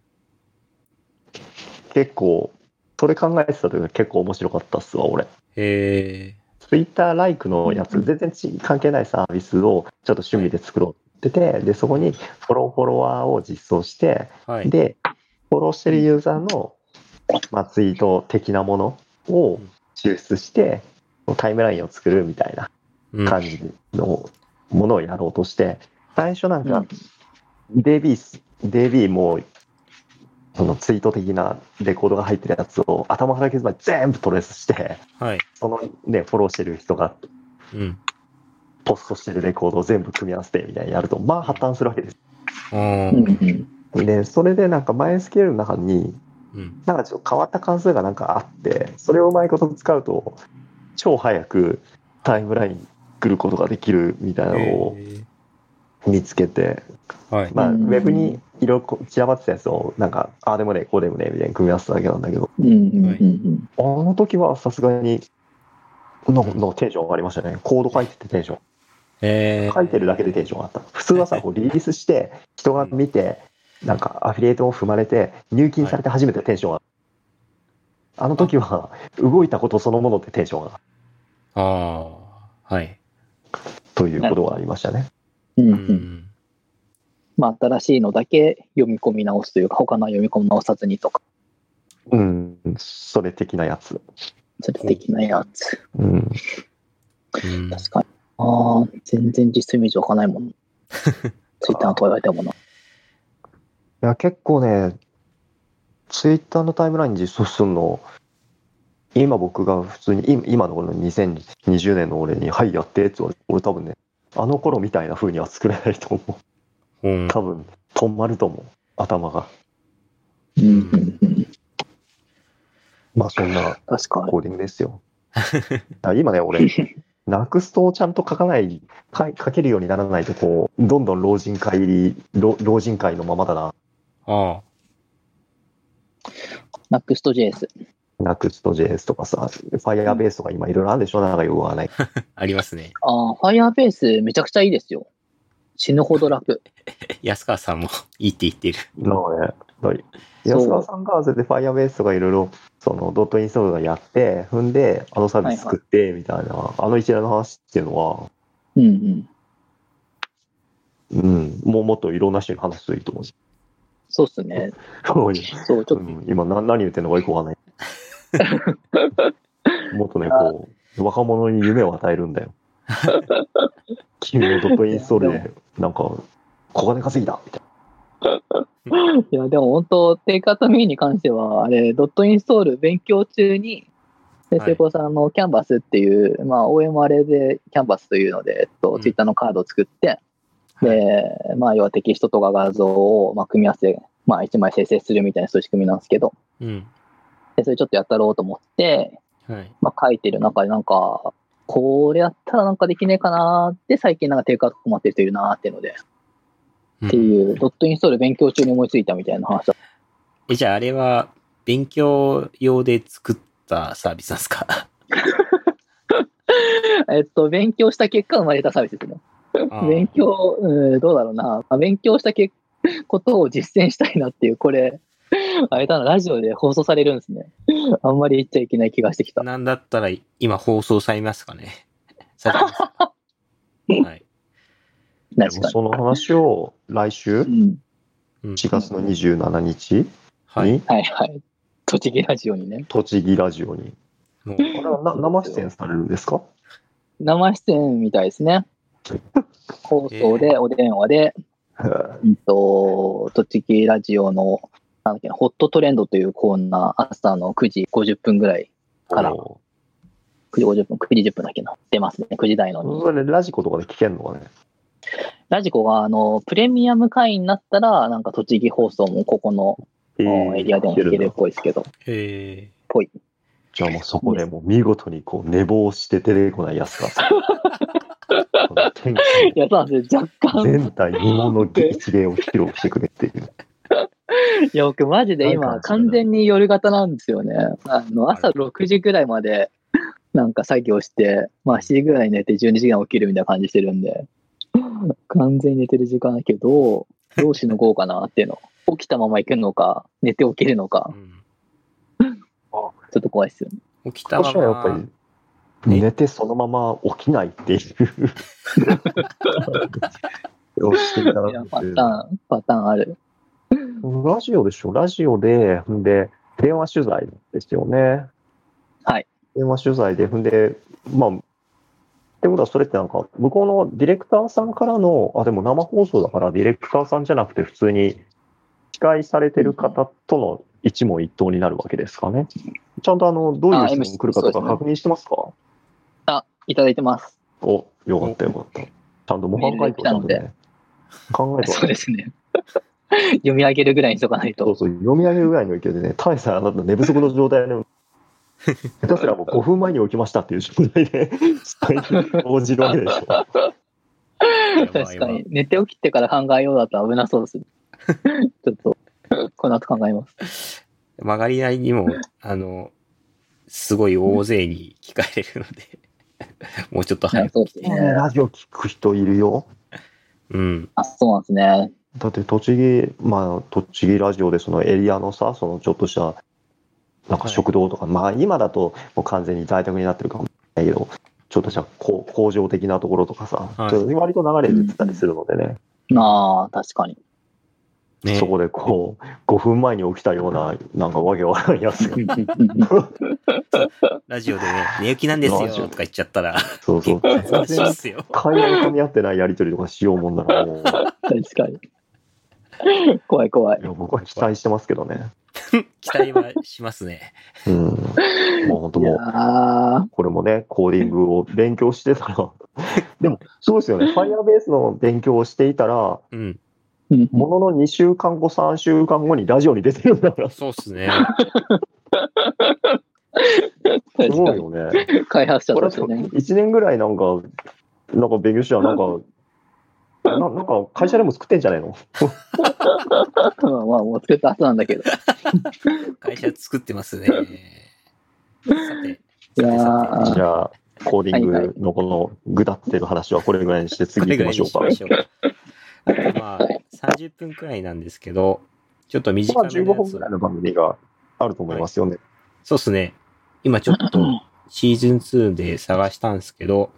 結構、それ考えてた時は結構面白かったっすわ、俺。えツイッターライクのやつ、全然ち関係ないサービスをちょっと趣味で作ろうってて、で、そこにフォローフォロワーを実装して、はい。で、フォローしてるユーザーの、まあ、ツイート的なものを抽出して、タイムラインを作るみたいなうん感じのものをやろうとして、最初なんうかん、 DB、DB もう、そのツイート的なレコードが入ってるやつを頭から削まで全部トレースして、はい。そのね、フォローしてる人がうん。ポストしてるレコードを全部組み合わせてみたいにやると、まあ破綻するわけです。あーうんうんで、それでなんか前スケールの中に、うん。なんかちょっと変わった関数がなんかあって、それをうまいこと使うと、超早くタイムライン来ることができるみたいなのをえ見つけて、ーはい。まあ、うウんェブにいろいろ散らばってたやつを、なんか、ああでもねえ、こうでもねえみたいに組み合わせただけなんだけど、うんうんあの時はさすがに、ののテンション上がりましたね。コード書いててテンション。えー書いてるだけでテンション上がった。普通はさ、こうリリースして、人が見て、なんかアフィリエイトを踏まれて、入金されて初めてテンション上がる。あの時は、動いたことそのものでテンション上がるああ。はい。ということがありましたね。うんううんうん。ん。まあ、新しいのだけ読み込み直すというか、他のは読み込み直さずにとか、うん、それ的なやつ。それ的なやつ。うん。うん確かに。ああ、全然実数イメージわかんないもん。ツイッターのとか言われてもな。いや、結構ね、ツイッターのタイムラインに実装するの、今僕が普通に、今今のこの2020年の俺に、はい、やってって言われて、俺多分ね、あの頃みたいな風には作れないと思う。うん多分、止まると思う。頭が。うんうんうん。まあ、そんな確かコーディングですよ。あ今ね、俺、ナクストをちゃんと書かない、書い書けるようにならないと、こう、どんどん老人会入り、老老人会のままだな。あに。Next.js。ナクスト JS とかさ、Firebase とか今いろいろあるでしょなんかよくわかんない。あ。あります *laughs* ね。ああ、Firebase めちゃくちゃいいですよ。死ぬほど楽。安川さんもいいって言ってる。なので、はい、そう安川さんがそれで Firebase とかいろいろそのドットインストールがやって、踏んで、あのサービス作ってみたいな、あの一連の話っていうのは、うんうん。うん、もうもっといろんな人に話すといいと思うし。 *laughs* そうっすね。そういうそう、ちょっうん今何何言ってんのかよくわか *laughs* んない。もっとね、こう、若者に夢を与えるん *laughs* だよ。君のドットインストールで、なんか、小金稼ぎだみたいと、いや、でも本当、テイクアウトミーに関しては、あれ、ドットインストール勉強中に、で、はい聖子さんのキャンバスっていう、まあ、OMR でキャンバスというので、えっとう、んツイッターのカードを作って、はいで、まあ、要はテキストとか画像を、まあ、組み合わせて、まあ、一枚生成するみたいなそういう仕組みなんですけど、うん。で、それちょっとやったろうと思って、はい。まあ、書いてる中で、なんか、これやったらなんかできねえかなーって、最近なんかテイクアウト困ってる人いるなーっていうので、うんっていう、ドットインストール勉強中に思いついたみたいな話だえ、じゃああれは勉強用で作ったサービスなんです *laughs* かえっと、勉強した結果生まれたサービスですね。あー勉強、うん、どうだろうな。まあ勉強したけことを実践したいなっていう、これ、 *laughs* あれだな、ラジオで放送されるんですね。あんまり言っちゃいけない気がしてきた。なんだったら今放送されますか *laughs* ねされてますかはい。な。確かその話を来週、に。うん。うん4月の27日に、はい。はいはい。栃木ラジオにね。栃木ラジオに。もうこれはな生出演されるんですか生出演みたいですね。 *laughs* 放送で、お電話で、うんと、栃木ラジオの、なんだっけな、ホットトレンドというコーナー、朝の9時50分ぐらい、からお9時50分、9時10分だっけな、出ますね、9時台のにーそれラジコとかで聞けんのかねラジコは、あの、プレミアム会員になったら、なんか栃木放送もここのえうんエリアでも聞けるっぽいですけど、へぽい。じゃあもうそこでもう見事にこう寝坊して出てこないやつが *laughs* さ。この天気いや、そうなんですよ、若干、全体日本の一芸を披露してくれっていう。いや、僕マジでな今、んかそれ完全に夜型なんですよね。あの、朝6時ぐらいまで、なんか作業して、まあ7時ぐらいに寝て12時間起きるみたいな感じしてるんで、完全に寝てる時間だけど、どうしのこうかなっていうの。起きたまま行くのか、寝て起きるのーかう、んちょっと怖いですよね。起きた今ま年はやっぱまり、寝てそのまま起きないっていう。をしていただいやくパタというーン、パターンある。ラジオでしょ、ラジオで、んで、電話取材ですよね。はい。電話取材で、んで、まあ、ってことは、それってなんか、向こうのディレクターさんからの、あ、でも生放送だから、ディレクターさんじゃなくて、普通に、司会されてる方との一問一答になるわけですかね。ちゃんと、あの、どういうあ質 M 問来るかとか確認してますかいただいてます。お、よかったよかった。ちゃんと模範解答ちゃんとメールね、 *laughs* 考えてそうですね。読み上げるぐらいにしとかないそうと。そう、読み上げるぐらいの勢いでね、大イさん、あなた寝不足の状態で、 *laughs* 下手すらもう5分前に起きましたっていう状態で、それに応じるわ *laughs* けでしょ。やばい確かにや。寝て起きてから考えようだと危なそうです。 *laughs* ちょっと、この後考えます。ばい曲がりなりにも、あの、すごい大勢に聞かれるので、もうちょっと早く。そうですね。ラジオ聞く人いるよ。うん。あ、そうなんですね。だって栃木、まあ、栃木ラジオでそのエリアのさ、そのちょっとした、なんか食堂とか、まあ今だともう完全に在宅になってるかもしれないけど、ちょっとしたこう工場的なところとかさ、はいちょっと割と流れてたりするのでね、ああ、確かに。ねそこでこう、5分前に起きたような、なんかわけわからんや *laughs* つがラジオでね、寝起きなんですよとか言っちゃったら、そうそう。全 *laughs* そうっ然すよ。会話に噛み合ってないやりとりとかしようもんな *laughs* らもう、い確かに。怖い怖い。や僕は期待してますけどね。期待はしますね。うん。もう本当いやもう、ーこれもね、コーディングを勉強して *laughs* たら、でも、そうですよね。Firebase の勉強をしていたら、うん。うんものの2週間後、3週間後にラジオに出てるんだから、すそうっすね。確ごかいに。よね。開発者ことれしてね。 1年ぐらいなんか、なんか勉強してたら、なんか、ななんか会社でも作ってんじゃないの *laughs* まあまあ、もう作った後なんだけど。会社作ってますね。さて、いやーさてさじゃあ、コーディンはいはグのこのぐだってる話はこれぐらいにしてて、こ次れ行ぐきらまいしょにうしかま。しょうか。あとまあ、30分くらいなんですけど、ちょっと短まあめ15のや本つぐをらいの番組があると思いますよね。そうっすね。今ちょっとシーズン2で探したんですけど、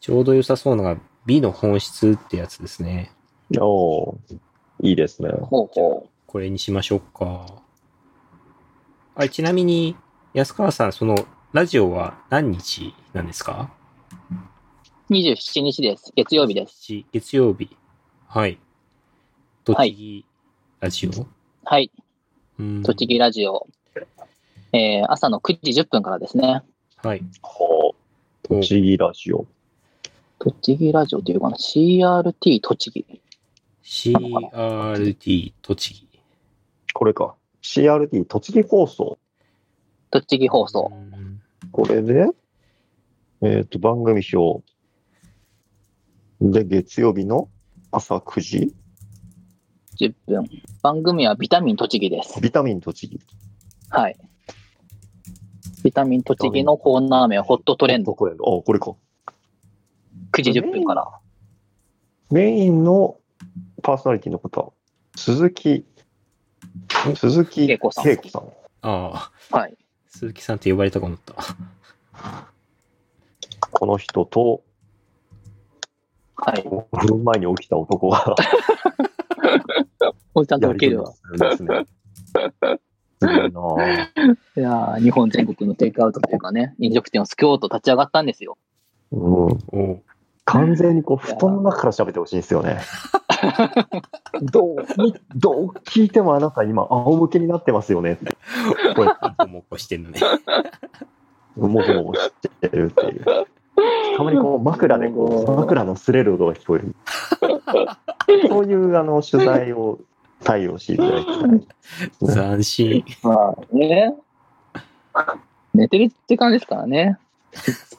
ちょうど良さそうなのが美の本質ってやつですね。い、おーいいですね。ほうほこれにしましょうか。あれちなみに、安川さん、その、ラジオは何日なんですかう。27日です。月曜日です。し月曜日。はい。栃木ラジオ、はい。うん栃木ラジオ。えー朝の9時10分からですね。はい。ほうお栃木ラジオ。栃木ラジオというかな、CRT 栃木。 CRT 栃木。これか。CRT、栃木放送。栃木放送。うんこれで、えっ、と、番組表。で、月曜日の朝9時、 10分。番組はビタミン栃木です。ビタミン栃木。はい。ビタミン栃木のコーナー名、ホットトレンド、これ、あ、これか。 9時10分から。メインのパーソナリティの方、鈴木、鈴木恵子さん恵子さん。ああ、はい。鈴木さんって呼ばれたか思った。この人と、はい。 5分前に起きた男がおじちゃんとや受けり取りるをわ。するんですね。すごいなぁいやー日本全国のテイクアウトというかね、飲食店を救おうと立ち上がったんですよ。うん、おう完全にこう布団の中から喋ってほしいんですよね。どうどう聞いてもあなた今仰向けになってますよねって。これもこもこしてるのね。 *laughs* もごもごしてるっていう。たまにこう枕でこう枕の擦れる音が聞こえる。そういうあの取材を対応していただきたい。斬新。まあね。寝てる時間ですからね。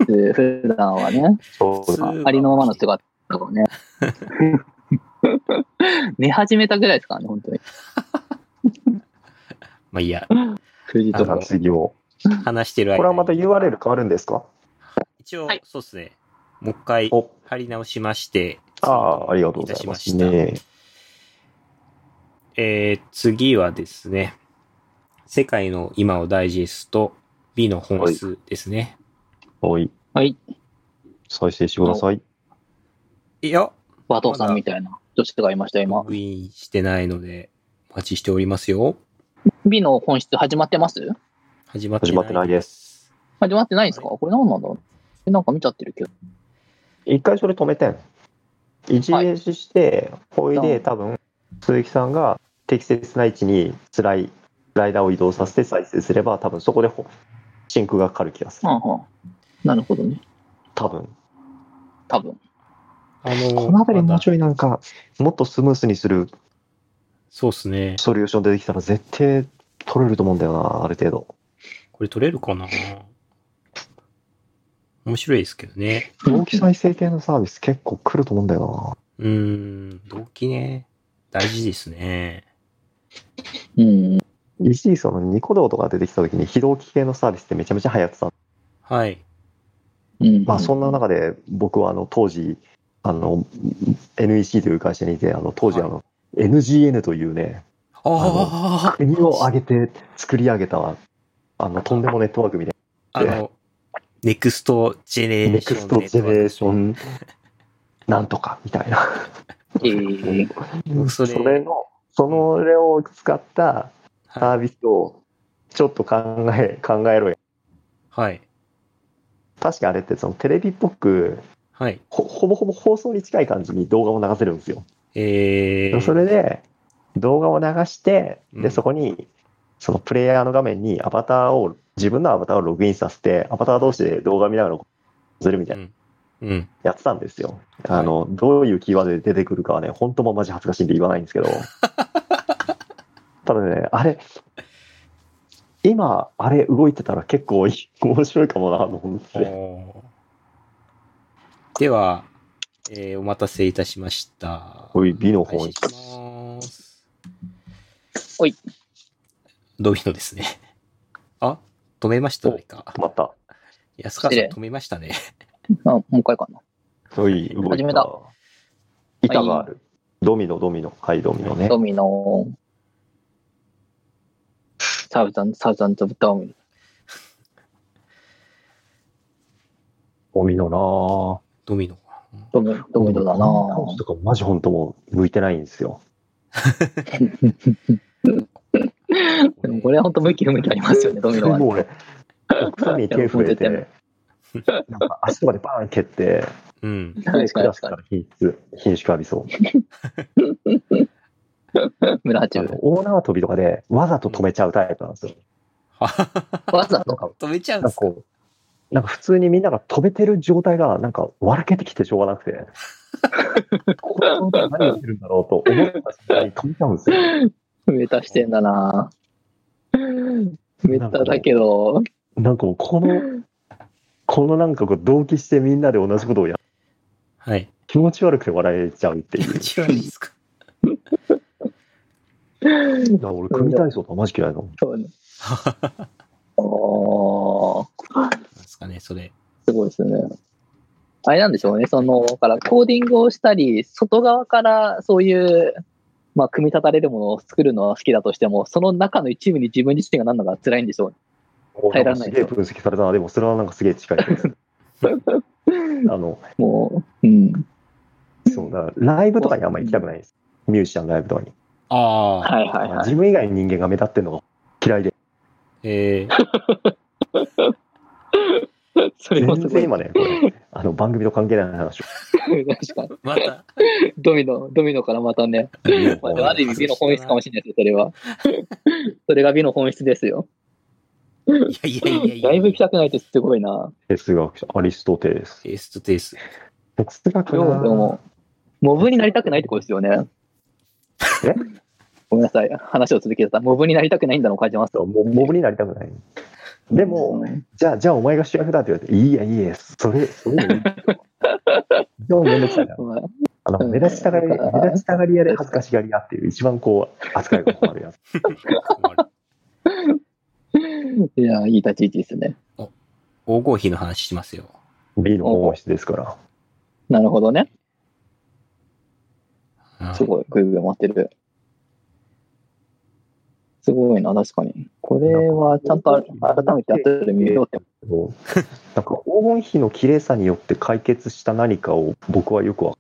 普段はね。そう普通はありのままの姿とかね。寝始めたぐらいですからね、本当に。まあいい *laughs* や、 9時あとのか。次を。話してる間にこれはまた URL 変わるんですか一応はい、そうですね。もう一回、お貼り直しまして、ああ、ありがとうございます。たしましたねえー次はですね、世界の今をダイジェスト、美の本質ですね。はい。はい。再生してください。い、や、和藤さんみたいな女子がいました、ロ今。グインしてないので、お待ちしておりますよ。美の本質始まってます始まって。始まってないです始まってないんですかこれ何なんだろうなんか見ちゃってるけど。一回それ止めてん。一例視して、ほいで多分、鈴木さんが適切な位置にスライスライダーを移動させて再生すれば、多分そこでほ真空がかかる気がすはる。んはんなるほどね。多分。多分。あの、この辺りもうちい。ょいなんか、もっとスムースにするそうですね。ソリューション出てきたら絶対取れると思うんだよな、ある程度。これ取れるかな面白いですけどね。同期再生系のサービス結構来ると思うんだようーん、動機ね。大事ですね。うん。な。一時そのニコ動とか出てきた時に非同期系のサービスってめちゃめちゃ流行ってた。はい。うん。まあそんな中で僕はあの当時、あの、NEC という会社にいて、あの当時あの、NGN というね、ああ国を挙げて作り上げた、あの、とんでもネットワークみたいあの、ネクストジェネな、レーネシクョンストジェネレーション。ンなんとかみたいな。えーそそれれの、そのれを使ったサービスをちょっと考え、考えろよ。はい。確かあれってそのテレビっぽくはい。ほ、ほぼほぼ放送に近い感じに動画を流せるんですよ。えー。それで、動画を流して、うで、んそこに、そのプレイヤーの画面にアバターを、自分のアバターをログインさせて、アバター同士で動画見ながらするみたいなうん。やってたんですよ。あの、どういうキーワードで出てくるかはね、本当もマジ恥ずかしいんで言わないんですけど。ただね、あれ、今、あれ動いてたら結構い面白いかもなと思って。おーでは、えーお待たせいたしました。こういう美の開方始にし。ます。ほい。ドミノですね。あ、止めましたおねか止。まった。安川さん止めましたね。あもう一回かな。そういう動い始めた板がある。ドミノ、ドミノ。はい、ドミノねド。ミノサウザン、サウザンズ・ドミノ。ドミノなぁ。ドミノ。ドミドミノだなコンとかマジ本当もう向いてないんですよ。でもこれは本当向き不向きありますよね、ドミノは。もう俺、奥に手触れて、 *laughs* なんか足とかでバーン蹴って、うん。 *laughs* 確かに確かから品質、品種化浴びそう。に。村八あ分の。大縄跳びとかでわざと止めちゃうタイプなんですよ。わざなとんか、止めちゃうなんんでかすかこう、なんか普通にみんなが止めてる状態が、なんか笑けてきてしょうがな *laughs* くて、この状態何やってるんだろうと思った瞬間に止めちゃうんですよ。 *laughs* メタしてんだなメタだけど、なんかもうこの、このなんかこう同期してみんなで同じことをやる *laughs* はい。気持ち悪くて笑えちゃうってい気う。持ち悪いですかだから俺、組体操とかマジ嫌いなの。そ *laughs* うね。おーなんですかね、それ。すごいですね。あれなんでしょうね、その、だからコーディングをしたり、外側からそういう、まあ、組み立たれるものを作るのは好きだとしても、その中の一部に自分自身がなるのが辛いんでしょうね。耐えられないすげえ分析されたな。でも、それはなんかすげえ近いです。 *laughs* あの、もう、うん。そうだ、ライブとかにあんまり行きたくないです。ミュージシャンのライブとかに。ああ。はいはいは自分以外の人間が目立ってるのが嫌いで、えー、い。それもす全ご然い。今ね、こ *laughs* れ、あの、番組と関係ない話を。確かに。また。ドミノ、ドミノからまたね、まあ、ある意味美の本質かもしれないですよ、*laughs* それは。それが美の本質ですよ。いやいやいやいや。だいぶ行きたくないってすごいな。哲学者、アリストテレス。テイストテイス。哲学要はでなも、モブになりたくないってことですよね。えごめんなさい、話を続けてた。モブになりたくないんだのを感じます。そうモモブになりたくない。でも、じゃあ、じゃあお前が主役だって言われて、いいや、いいや、それ、それでいいよ。でもめんどくさいな。まああの、目立ちたがり、うん目立ちたがり屋で恥ずかしがり屋っていう一番こう、扱いが困る *laughs* やつ。困るいや、いい立ち位置ですね。黄金比の話しますよ。 B の本質ですから。なるほどね。うんすごい、ぐいぐい回ってる。すごいな、確かに。これはちゃんと改めて後で見ようって。そうなんか黄金比の綺麗さによって解決した何かを僕はよくわ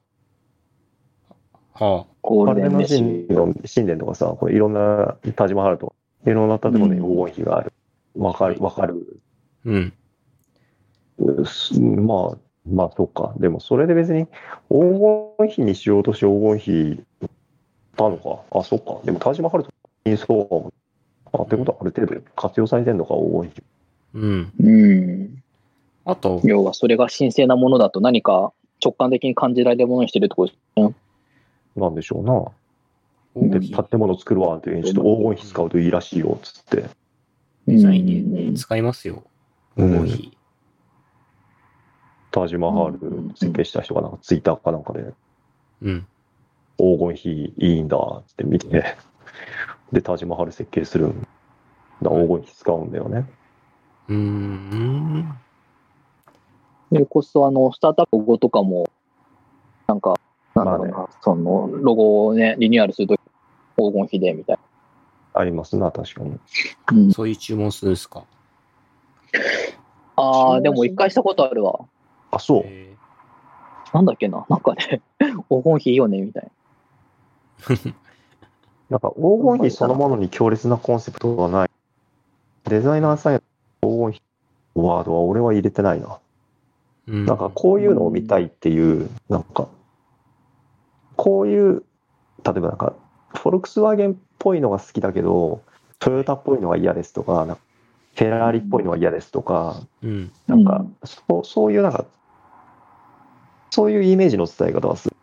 はゴーパルルデテンノンメシ神殿神殿とかさ、これいろんな田島原と、いろんな建物に黄金比がある。わかる、わかる。あ。うん。うっすまあ、まあ、そうか。でも、それで別に、黄金比にしようとして黄金比たのか。あ、そっか。でも、田島春人にそうかも。あ、ってことは、ある程度活用されてんのか、黄金比。うん。うん。あと、要はそれが神聖なものだと何か直感的に感じられるものにしてるってことなんでしょう黄な。で、金比建物作るわって、ちょっと黄金比使うといいらしいよ、つって。デザインうにん使いますよ。う黄ん金比。田島春人設計した人がなんか、ツイッターかなんかで、うん。黄金比いいんだ、つって見て。で、田島春設計するんだ。黄金比使うんだよね。うーん。それこそあの、スタートアップ後とかも、なんか、なんだろうな、まその、ロゴをね、リニューアルするとき、黄金比でみたいありますな、確かに。な。うん、そういう注文するんですか。ああ、でも一回したことあるわ。あ、そう。えなんだっけな、なんかね、 *laughs* 黄金比いいよね、みたいなんか黄金比そのものに強烈なコンセプトがない。デザイナーさんや黄金比のワードは俺は入れてないな。ーうんなんかこういうのを見たいっていう、なんか、こういう、例えばなんか、フォルクスワーゲンっぽいのが好きだけど、トヨタっぽいのは嫌ですとか、なんかフェラーリっぽいのは嫌ですとか、うん。な。なんか、そうそういうなんか、そういうイメージの伝え方はする。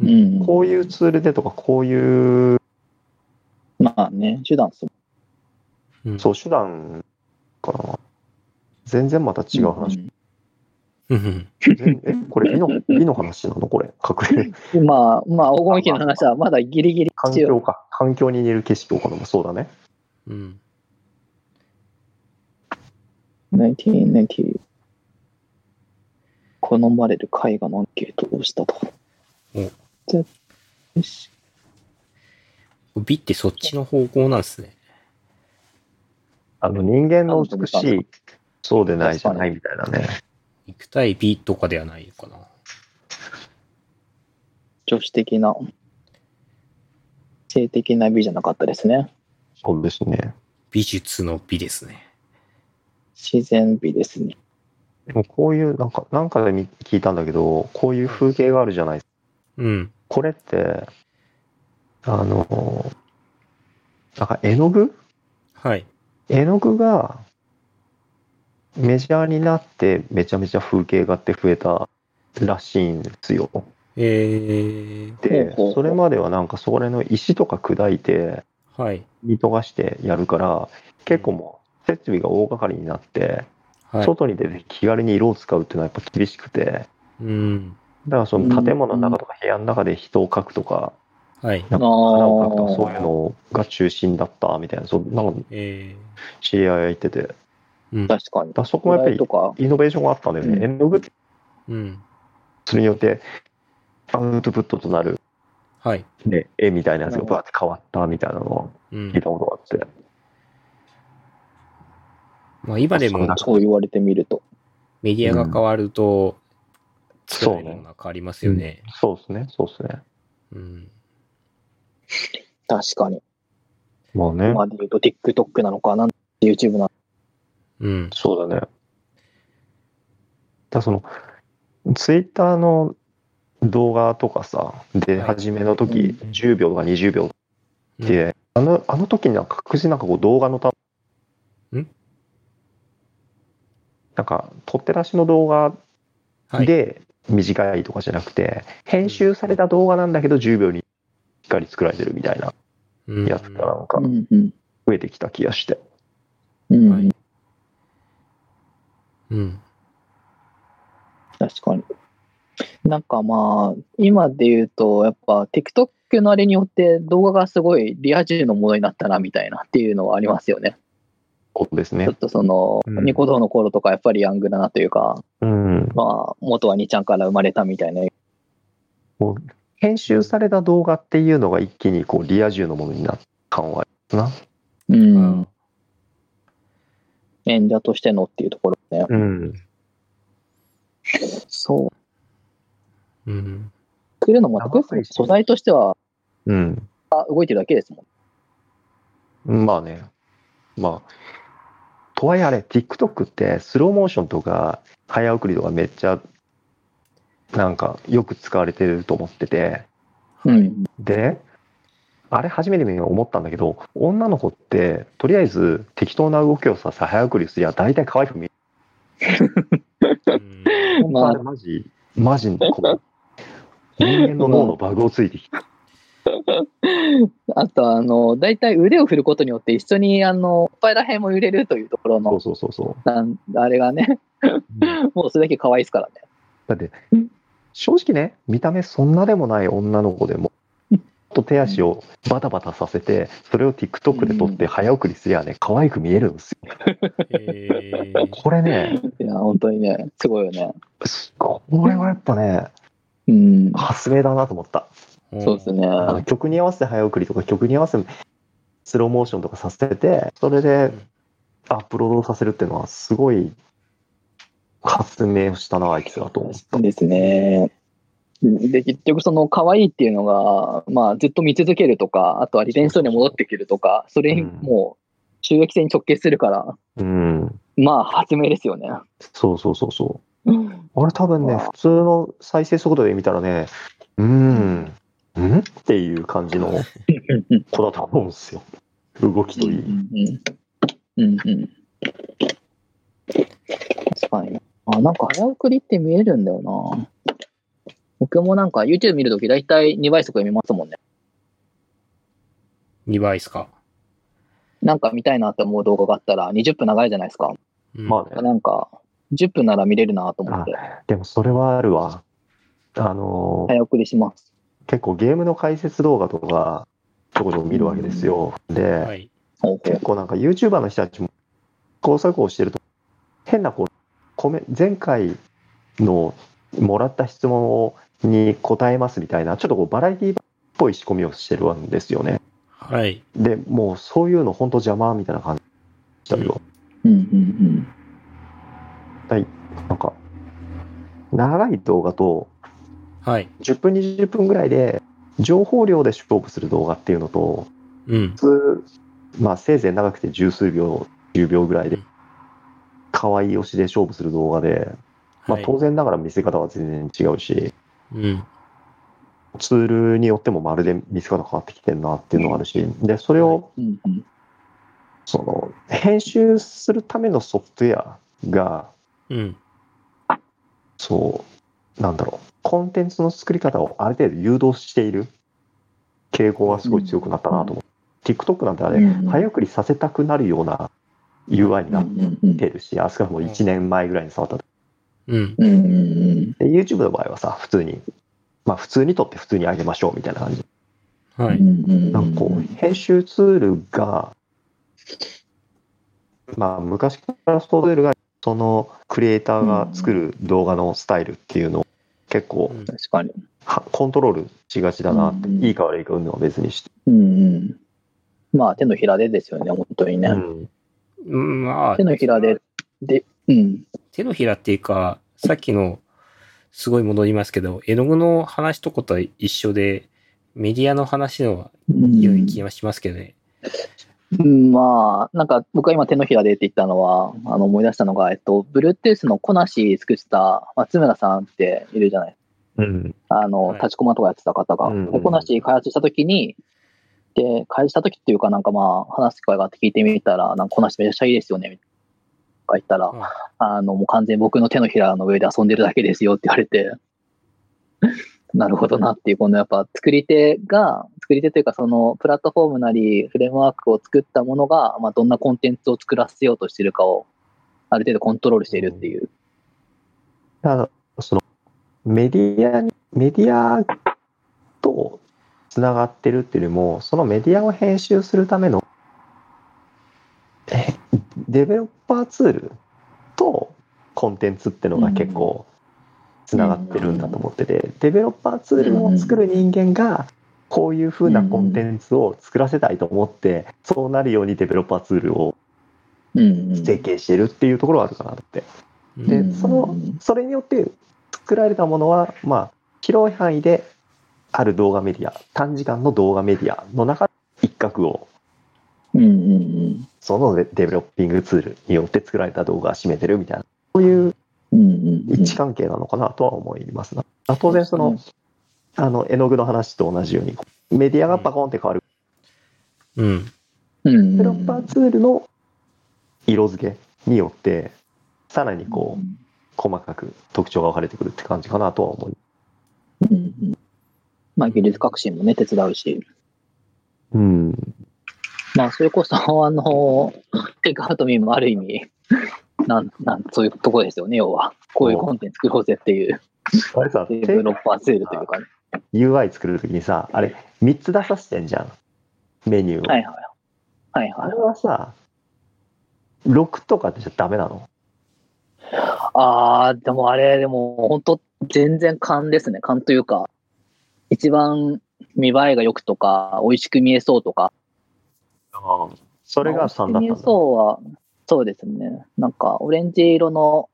うん、うん、こういうツールでとか、こういうまあね、手段っすもうんそう、手段かな。全然また違んう話。。うん。全え、これ、美の、美の話なのこれ。隠れる。うんまあ、まあ、黄金比の話はまだギリギリ環必要。境か。環境に似る景色とかのもそうだね。うん。 1990好まれる絵画のアンケートをしたとか。およし美ってそっちの方向なんですね。あの、人間の美しい、そうでないじゃないみたいなね。肉体美とかではないかな。女子的な、性的な美じゃなかったですね。そうですね。美術の美ですね。自然美ですね。でもこういう、なんか、なんかで見聞いたんだけど、こういう風景があるじゃないですか。うん。これって、あの、なんか絵の具はい。絵の具がメジャーになってめちゃめちゃ風景画って増えたらしいんですよ。えー、ほうでほうほう、それまではなんかそれの石とか砕いて、はい。見逃してやるから、結構もう設備が大掛かりになって、はい。外に出て気軽に色を使うっていうのはやっぱ厳しくて、だうん。からその建物の中とか部屋の中で人を描くとか、はい。なんかあー花を描くとかそういうのが中心だったみたいな、そうなんかえ知り合いが言ってて、だかー、うん。確かに。らそこもやっぱりとか、イノベーションがあったんだよね。うん絵の具ってうん。それによってアウトプットとなる、はい。ね、絵みたいなやつがバーって変わったみたいなのをうん聞い。たことがあって、まあ今でもそんなそう言われてみると。メディアが変わると、作られるそうねものが変わりますよね。そうですねそうですねうん。確かに。まあね、まあ、で言うと TikTok なのか、なん YouTube なのか。うん。そうだねだからそのツイッターの動画とかさ出始めの時、はい10秒とか20秒で、あのあの時には確実になんかこう動画のたんなんか取って出しの動画はい。で短いとかじゃなくて、編集された動画なんだけど10秒にしっかり作られてるみたいなうんやつがなんかうんうん。増えてきた気がして、うん、はいうん。確かに。なんかまあ、今で言うと、やっぱ TikTok のあれによって動画がすごいリア充のものになったな、みたいなっていうのはありますよね。ことですねちょっ。とその、うんニコ動の頃とかやっぱりヤングだなというか、うん、まあ、元は2ちゃんから生まれたみたいな。編集された動画っていうのが一気にこうリア充のものになった感はありますうな。ん。演者としてのっていうところね。うん、そう。うん。作るのもなく、素材としてはうん。動いてるだけですもん。まあね。まあ。とはいえあれ、TikTok ってスローモーションとか早送りとかめっちゃなんかよく使われてると思ってて。うん。でね、あれ初めて見て思ったんだけど、女の子ってとりあえず適当な動きをさ、さ早送りすりゃ大体可愛く見え *laughs* うんる。まあ本当あれマジ、マジこう、人間の脳のバグをついてきてあと、あの、大体腕を振ることによって一緒に、あの、おっぱいら辺も揺れるというところそうの、そうそうそなんあれがね、 *laughs* う。もうそれだけ可愛いですからね。だってうん、正直ね、見た目そんなでもない女の子でもうん、と手足をバタバタさせて、それを TikTok で撮って早送りすりゃね、可愛く見えるんですよ。えこれね、いや、本当にね、すごいよね。すこれはやっぱね、うん。発明だなと思った。ーそうですね。あの曲に合わせて早送りとか、曲に合わせてスローモーションとかさせて、それうでんアップロードさせるっていうのは、すごい発明をしたな、あいつだと思った。ですね。で、結局その可愛いっていうのが、まあずっと見続けるとか、あとは利点数に戻ってくるとか、それにもう収益性に直結するから、うん。まあ発明ですよね。そうそうそうそう。うんあれ多分ね、わあ普通の再生速度で見たらね、うーん、んっていう感じ *laughs* の子だと思うんですよ。動きといい。うんうん。うんうん。確かに。あ、なんか早送りって見えるんだよな。僕もなんか YouTube 見るとき大体2倍速で見ますもんね。 2倍ですか。なんか見たいなって思う動画があったら20分長いじゃないですか。うんまあね、なんか10分なら見れるなと思ってでもそれはあるわ。あのー早送りします。結構ゲームの解説動画とか、ちょこちょこ見るわけですよ。で、はい。ほうほう結構なんか YouTuber の人たちも工作をしてると、変なこう、コメ前回のもらった質問をに答えますみたいな、ちょっとこうバラエティっぽい仕込みをしてるんですよね。はい。でもうそういうの本当邪魔みたいな感じだよ、うんうんなんか長い動画とはい。 10分20分ぐらいで情報量で勝負する動画っていうのとうん。普通、まあ、せいぜい長くて十数秒10秒ぐらいでうん可愛い推しで勝負する動画で、まあ、はい当然ながら見せ方は全然違うし、うん。ツールによってもまるで見せ方変わってきてるなっていうのがあるしでそれをうんうんうんその編集するためのソフトウェアがうん。そう、なんだろう、コンテンツの作り方をある程度誘導している傾向がすごい強くなったなと思う。TikTok なんてあれ、うん早送りさせたくなるような UI にうなっんうんてるし、あそこはもう1年前ぐらいに触った。うん。うんうんで、YouTube の場合はさ、普通に、まあ普通に撮って普通に上げましょうみたいな感じ。はうい。んうんなんかこう、編集ツールが、まあ昔からソフトウェアが、そのクリエイターが作る動画のスタイルっていうのを結構うん確かに。はコントロールしがちだなって、うんいいか悪いかうんぬんは別にして、うんうんまあ手のひらでですよね、本当にね。うんまあ、手のひらで、で、うん。手のひらっていうか、さっきの、すごい戻りますけど、絵の具の話とこと一緒で、メディアの話のうんように気がしますけどね。うんまあ、なんか僕が今手のひらでって言ったのは、あの思い出したのが、えっと、Bluetooth の小梨作った松村さんっているじゃないうんあの、はい立ちコマとかやってた方が、うんうんでこなし開発したときに、で、開発したときっていうか、なんかまあ、話す機会があって聞いてみたら、なんかこなしめっちゃいいですよね、みたいな。言ったら、うんあの、もう完全に僕の手のひらの上で遊んでるだけですよって言われて、 *laughs* なるほどなっていう、このやっぱ作り手が、作り手というか、そのプラットフォームなり、フレームワークを作ったものが、まあ、どんなコンテンツを作らせようとしてるかを、ある程度コントロールしているっていう。ただそのメディアにメディアとつながってるっていうよりもそのメディアを編集するためのえデベロッパーツールとコンテンツってのが結構つながってるんだと思ってて、デベロッパーツールを作る人間がこういうふうなコンテンツを作らせたいと思って、そうなるようにデベロッパーツールをうん、うん。整形してるっていうところはあるかなと思って。ううんで、その、それによって作られたものは、まあ、広い範囲である動画メディア、短時間の動画メディアの中で一角を、うんうんそのデデベロッピングツールによって作られた動画が占めてるみたいな、そういううん。うんうんうん位置関係なのかなとは思いますな。あ当然、そうんの、あの、絵の具の話と同じように、メディアがパコンって変わる、うん。うんうん。デベロッパーツールの色付けによって、さらにこう、細かく特徴が分かれてくるって感じかなとは思いうんうんまあ、技術革新もね、手伝うし、うん。まあ、それこそ、あ *laughs* の、テイクアウトミーもある意味、なん、なん、そういうとこですよね、要は。こういうコンテンツ作ろうぜっていう、あれさ、デベロッパーツールというかね。 UI 作るときにさ、あれ、3つ出させてんじゃん。メニューを。はいはい。はいあはいれ。はさ、6とかってじゃダメなのああ、でもあれ、でも、本当全然勘ですね。勘というか、一番見栄えが良くとか、美味しく見えそうとか、それが3まあオレンだったんジだ。層は、そうですね。なんか、オレンジ色の、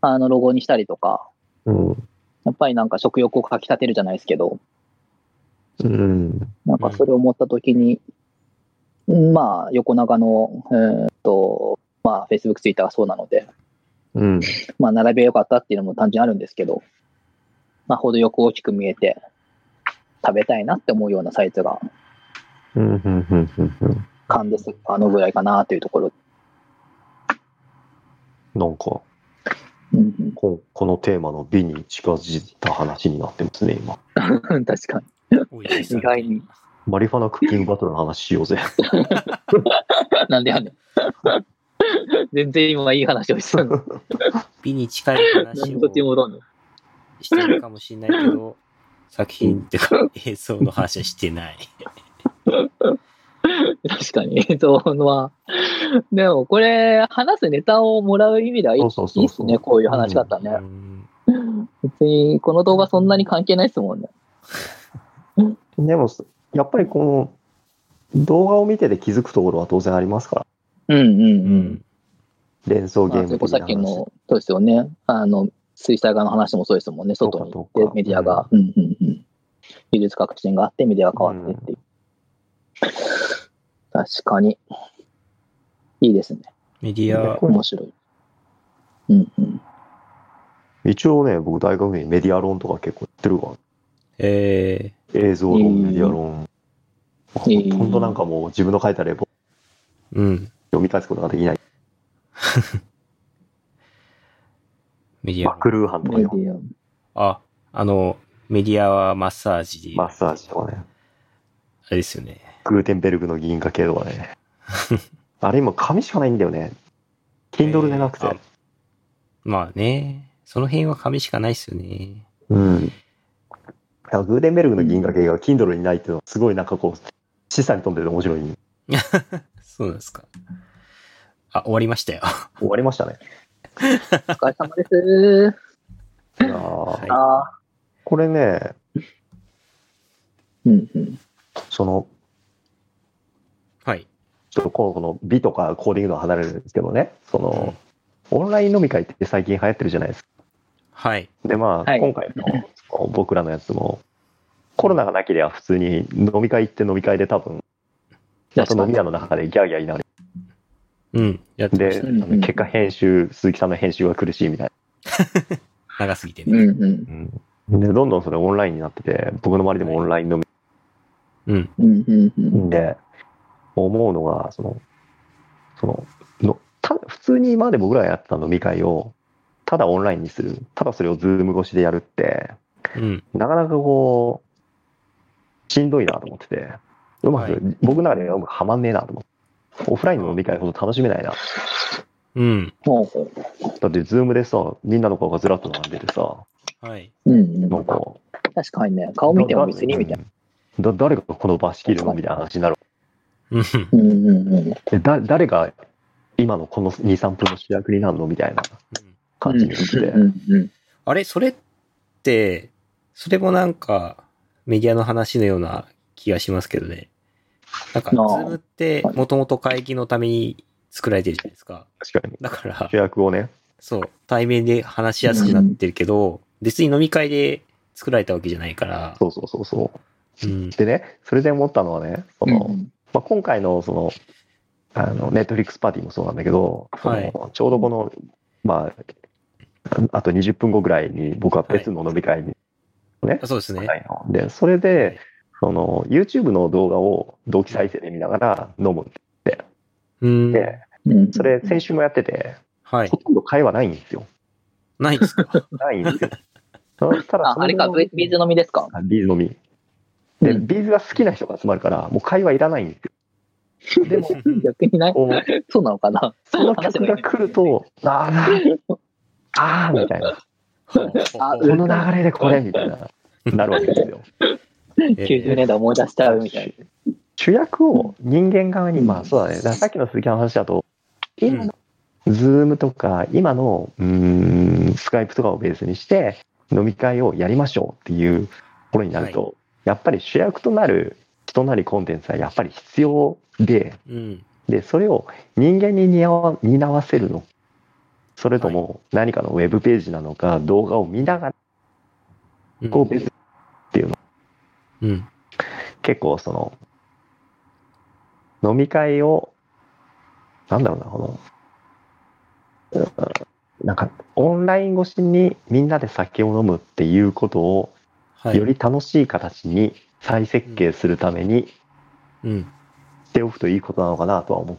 あの、ロゴにしたりとか、うん。やっぱりなんか食欲をかき立てるじゃないですけど、うん。なんかそれを持った時に、まあ、横長の、うーんと、まあ、Facebook、Twitter がそうなので、うん。まあ、並べよかったっていうのも単純にあるんですけど、まあ、程よく大きく見えて、食べたいなって思うようなサイズが、うん。うん。うん。うん。勘です。あのぐらいかなというところ。なんか、うんここのテーマの美に近づいた話になってますね、今。うん、 *laughs* 確かに。多いです意外に。マリファナクッキングバトルの話しようぜ。なんでやねん。全然今いい話をしてたの。美に近い話何をとちもどんの。してるかもしれないけど、作品っていうか *laughs* 映像の話はしてない。確かに、そうは。でも、これ、話すネタをもらう意味ではいいそっうそうそうすそう。ね、こういう話だったうね。ん別に、この動画そんなに関係ないですもんね。でも、やっぱりこの動画を見てて気づくところは当然ありますから。うんうんううんん。連想ゲまーあ、それム的こそさなっ話きの、そうですよね。あの、水彩画の話もそうですもんね、そうか外に行そうっかて、メディアが。うんうんうん。技術革新があって、メディアが変わってっていう。確かに。いいですね。メディア、これ面白い。うんうん。一応ね、僕大学院メディア論とか結構やってるわ。え映像えー論、メディア論。ほえーとんどなんかもう自分の書いたレポー、うん。読み返すことができない。メディマア。クルーハンとかメデよィア。あ、あの、メディアはマッサージで、マあッサージとかね。れですよね。グーテンベルグの銀河系とかね。あれ今紙しかないんだよね。Kindle でなくて。えーあまあね、その辺は紙しかないっすよね。うん。いやグーテンベルグの銀河系が Kindle にないっていうのはすごいなんかこう、示唆に飛んでて面白い。そうなんですか。あ、終わりましたよ。終わりましたね。お疲れ様です。いやーはああ。これね、うんうん。その、はい。ちょっとこのこの美とかコーディングとは離れるんですけどね、その、オンライン飲み会って最近流行ってるじゃないですか。はい。で、まあ、はい今回の *laughs* こう僕らのやつも、コロナがなければ普通に飲み会行って飲み会で多分、また飲み屋の中でギャーギャーになる。うん。やってましで、た。うんうん結果編集、鈴木さんの編集が苦しいみたい長すぎてうね。んうん。な。で、どんどんそれオンラインになってて、僕の周りでもオンライン飲みうん。うんうんうん。で、思うのが、その、その、のた普通に今まで僕らがやってた飲み会を、ただオンラインにする、ただそれをズーム越しでやるって、うん。なかなかこう、しんどいなと思ってて、うまく、は僕の中ではうまくはまんねえなと思って、オフラインの飲み会ほど楽しめないな。うん。ほうほだって、ズームでさ、みんなの顔がずらっと並んでてさ、はい。う。うんうなんん。か、確かにね、顔見ても別にみたいな。だ誰がこの場仕切るのみたいな話になる。うん。な。うんうんうん。でだ誰が今のこの2、3分の主役になるのみたいな感じになって、うんうん。あれそれって、それもなんか、メディアの話のような気がしますけどね。なんか、ズなあームって、もともと会議のために作られてるじゃないですか。確かに。だから主、役をね、そう、対面で話しやすくなってるけど、別に飲み会で作られたわけじゃないから。そうそうそうそうう。ん。でね、それで思ったのはね、その、うんまあ、今回のその、あの、ネットフリックスパーティーもそうなんだけど、はいそのちょうどこの、まあ、あと20分後ぐらいに僕は別の飲み会に、あそうですね。はいので、それで、その、YouTube の動画を同期再生で見ながら飲む。うん。で、うんそれ先週もやってて、はいほ。とんど会話ないんですよ。ないですかない *laughs* んですよ。そしたらあ、あれか、ビビーズ飲みですかあビーズのみ。で、うんビーズが好きな人が集まるから、もう会話いらないんです *laughs* よ。で *laughs* も、 *laughs* 逆にないこう *laughs* そうなのかなその曲が来ると、あーあー、みたいな。あ *laughs* この流れでこれ、みたいな、なるわけですよ。 90年代思い出しちゃうみたい主役を人間側に、うんまあそうだね。だからさっきの鈴木の話だと、今うんの、ズームとか、今の、うーん、スカイプとかをベースにして、飲み会をやりましょうっていうところになると、やっぱり主役となる人なりコンテンツはやっぱり必要で、うん。で、それを人間に担わ担わせるの。それとも何かのウェブページなのか、動画を見ながら、うんこう別にうん。結構その、飲み会を、なんだろうな、この、うんなんか、オンライン越しにみんなで酒を飲むっていうことを、はい。より楽しい形に再設計するためにうん。しておくといいことなのかなとは思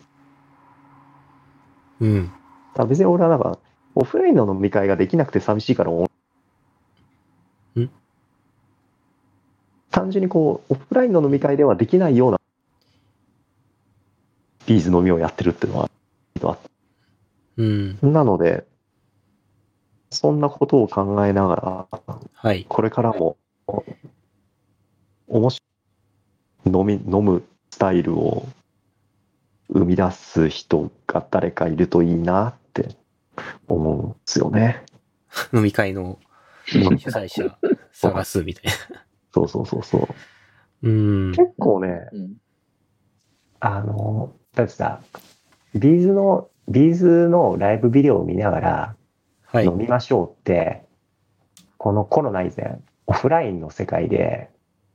ううん。ただ別に俺はなんか、オフラインの飲み会ができなくて寂しいからオンん単純にこう、オフラインの飲み会ではできないような、ビーズ飲みをやってるっていうのは、うん。なので、そんなことを考えながら、はい。これからも、面白い、飲み、飲むスタイルを生み出す人が誰かいるといいなって思うんですよね。飲み会のうん主催者探すみたいな。そうそうそうそう。うん。結構ね、な。うんあの、だってさ、ビーズの、ビーズのライブビデオを見ながらはい飲。みましょうって、このコロナ以前、オフラインの世界で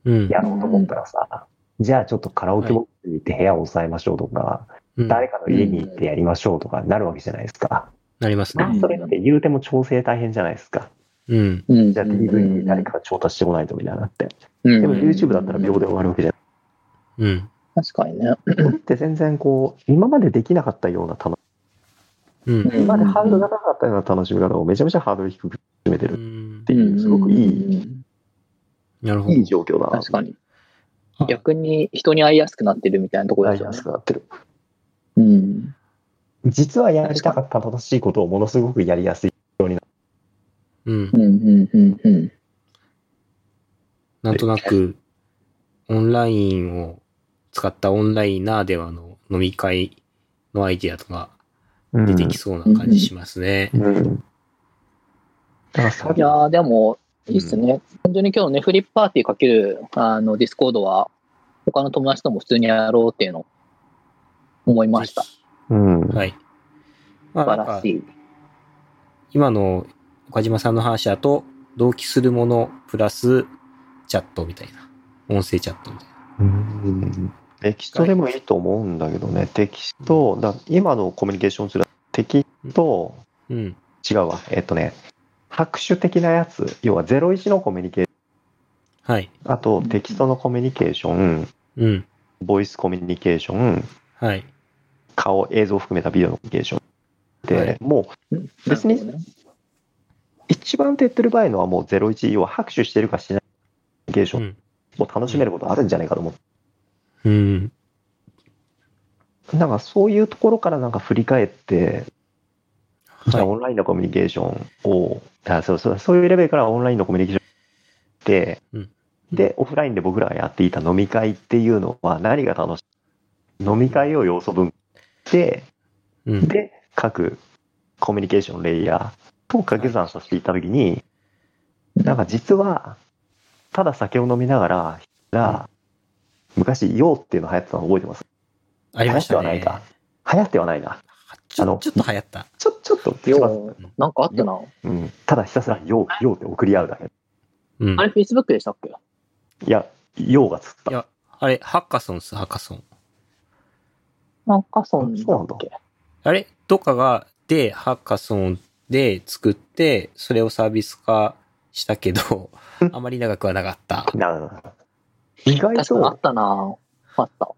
うん。やろうと思ったらさ、じゃあちょっとカラオケボックスに行って部屋を押さえましょうとか、うん誰かの家に行ってやりましょうとかなるわけじゃないですか。なりますうね。んそれって言うても調整大変じゃないですか。うん。うんじゃあ PV に誰かが調達してこないとみたいになって。ででも YouTube だったら秒で終わるわけじゃない。うん。確かにね。それって全然こう、今までできなかったような楽しうん。み、今までハードルが高かったような楽しみ方をめちゃめちゃハードル低く始めてうるっんていう、すごくいい、い。なるほどいい。状況だな確かにあ。逆に人に会いやすくなってるみたいなところやですりよやねす。くなってる。うん。実はやりたかった正しいことをものすごくやりやすい。うんう。んうんうんうん。なんとなく、オンラインを使ったオンラインならではの飲み会のアイディアとか出てきそうな感じしますね。うん。だからさいやーでも、いいっすね。本当に今日ね、フリップパーティーかける、あの、ディスコードは、他の友達とも普通にやろうっていうの、思いました。素うん。はい。まあ、晴なんらかし、い。今の岡島さんの話だと、同期するものプラスチャットみたいな。音声チャットみたいな。うんテキストでもいいと思うんだけどね、テキスト、だ今のコミュニケーションするテキスト、うん。違うわ、えっとね、拍手的なやつ、要は01のコミュニケーシはい。ョン、あとテキストのコミュニケーション、うん。ボイスコミュニケーション、はい。顔、映像含めたビデオのコミュニケーション。で、はいもう別に一番手っ取り早いのはもう01、要は拍手してるかしないコミュニケーシうョンん。を楽しめることあるんじゃないかと思ってうん。なんかそういうところからなんか振り返って、いじゃあオンラインのコミュニケーションを、あそうそうそういうレベルからオンラインのコミュニケーションで、うんで、オフラインで僕らがやっていた飲み会っていうのは何が楽しい飲み会を要素分で、うん。で、各コミュニケーションレイヤーと掛け算させていったときに、なんか実は、ただ酒を飲みながら、が昔、ようっていうの流行ってたの覚えてますありましたね。流行ってはないか流行ってはないな。ちあょのちょっと流行った。ちょ、ちょっと、ようなんかあったな。うん、ただひたすら「よう」「よう」って送り合うだけうん。あれ、Facebook でしたっけいや、用がつっいた。や、あれ、ハッカソンっす、ハッカソン。なんかそんそうなんだだっけあれどっかが、で、ハッカソンで作って、それをサービス化したけ *laughs* ど、あまり長くはなかった。な意外確かあとったなあった。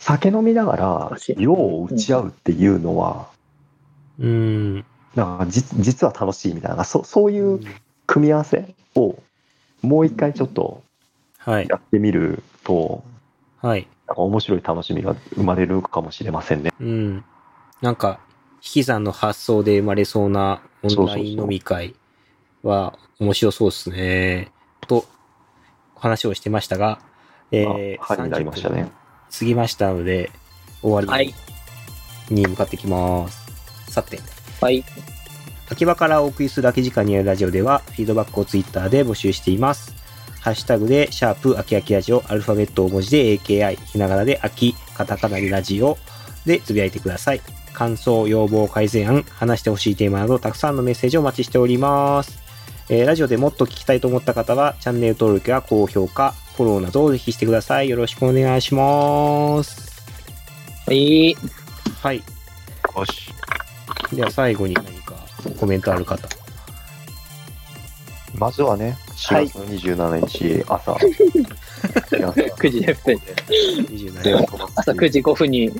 酒飲みながら確か、に用を打ち合うっていうのは、うーん。なんかじ実は楽しいみたいな、そそういう組み合わせをもう一回ちょっとはい。やってみると、はい。なんか面白い楽しみが生まれるかもしれませんね。うん。なんか、引き算の発想で生まれそうなオンライン飲み会は面白そうですね。と、話をしてましたが、えー、あ歯になりましたね。 30過ぎましたので、終わはりい。に向かってきます。さて、はい。秋葉からお送りする秋時間にあるラジオでは、フィードバックをツイッターで募集しています。ハッシュタグで、シャープ、秋秋ラジオ、アルファベット大文字で AKI、ひながらで秋、カタカナでラジオでつぶやいてください。感想、要望、改善案、話してほしいテーマなど、たくさんのメッセージをお待ちしております。えーラジオでもっと聞きたいと思った方は、チャンネル登録や高評価、フォローなどをぜひしてください。よろしくお願いします。はい。はい。よし。では最後に何かコメントある方。まずはね、4月の27日 *laughs* 朝。 9時です。 27朝9時5分に、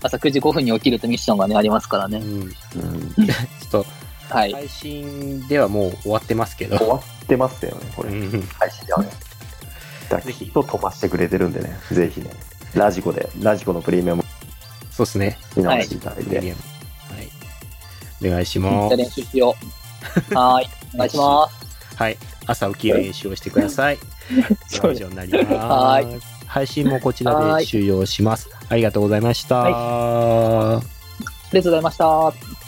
朝9時5分に起きるとミッションがね、ありますからうね。ん。ちうんょっと、はい。配信ではもう終わってますけ終ど、わってますよね、こうれ。ん配信ではね。だからぜひきっと飛ばしてくれてるんでね、ぜひね、ラジコで、ラジコのプレミアムそうですね、見直していただいメて、ディアム。はい。お願いしじゃまあ練す。習しよう。はーい。お願いします。はい。朝起きる練習をしてください。そう以上になりまはす。配信もこちらで終了します。ありがとうございました。ありがとうございました。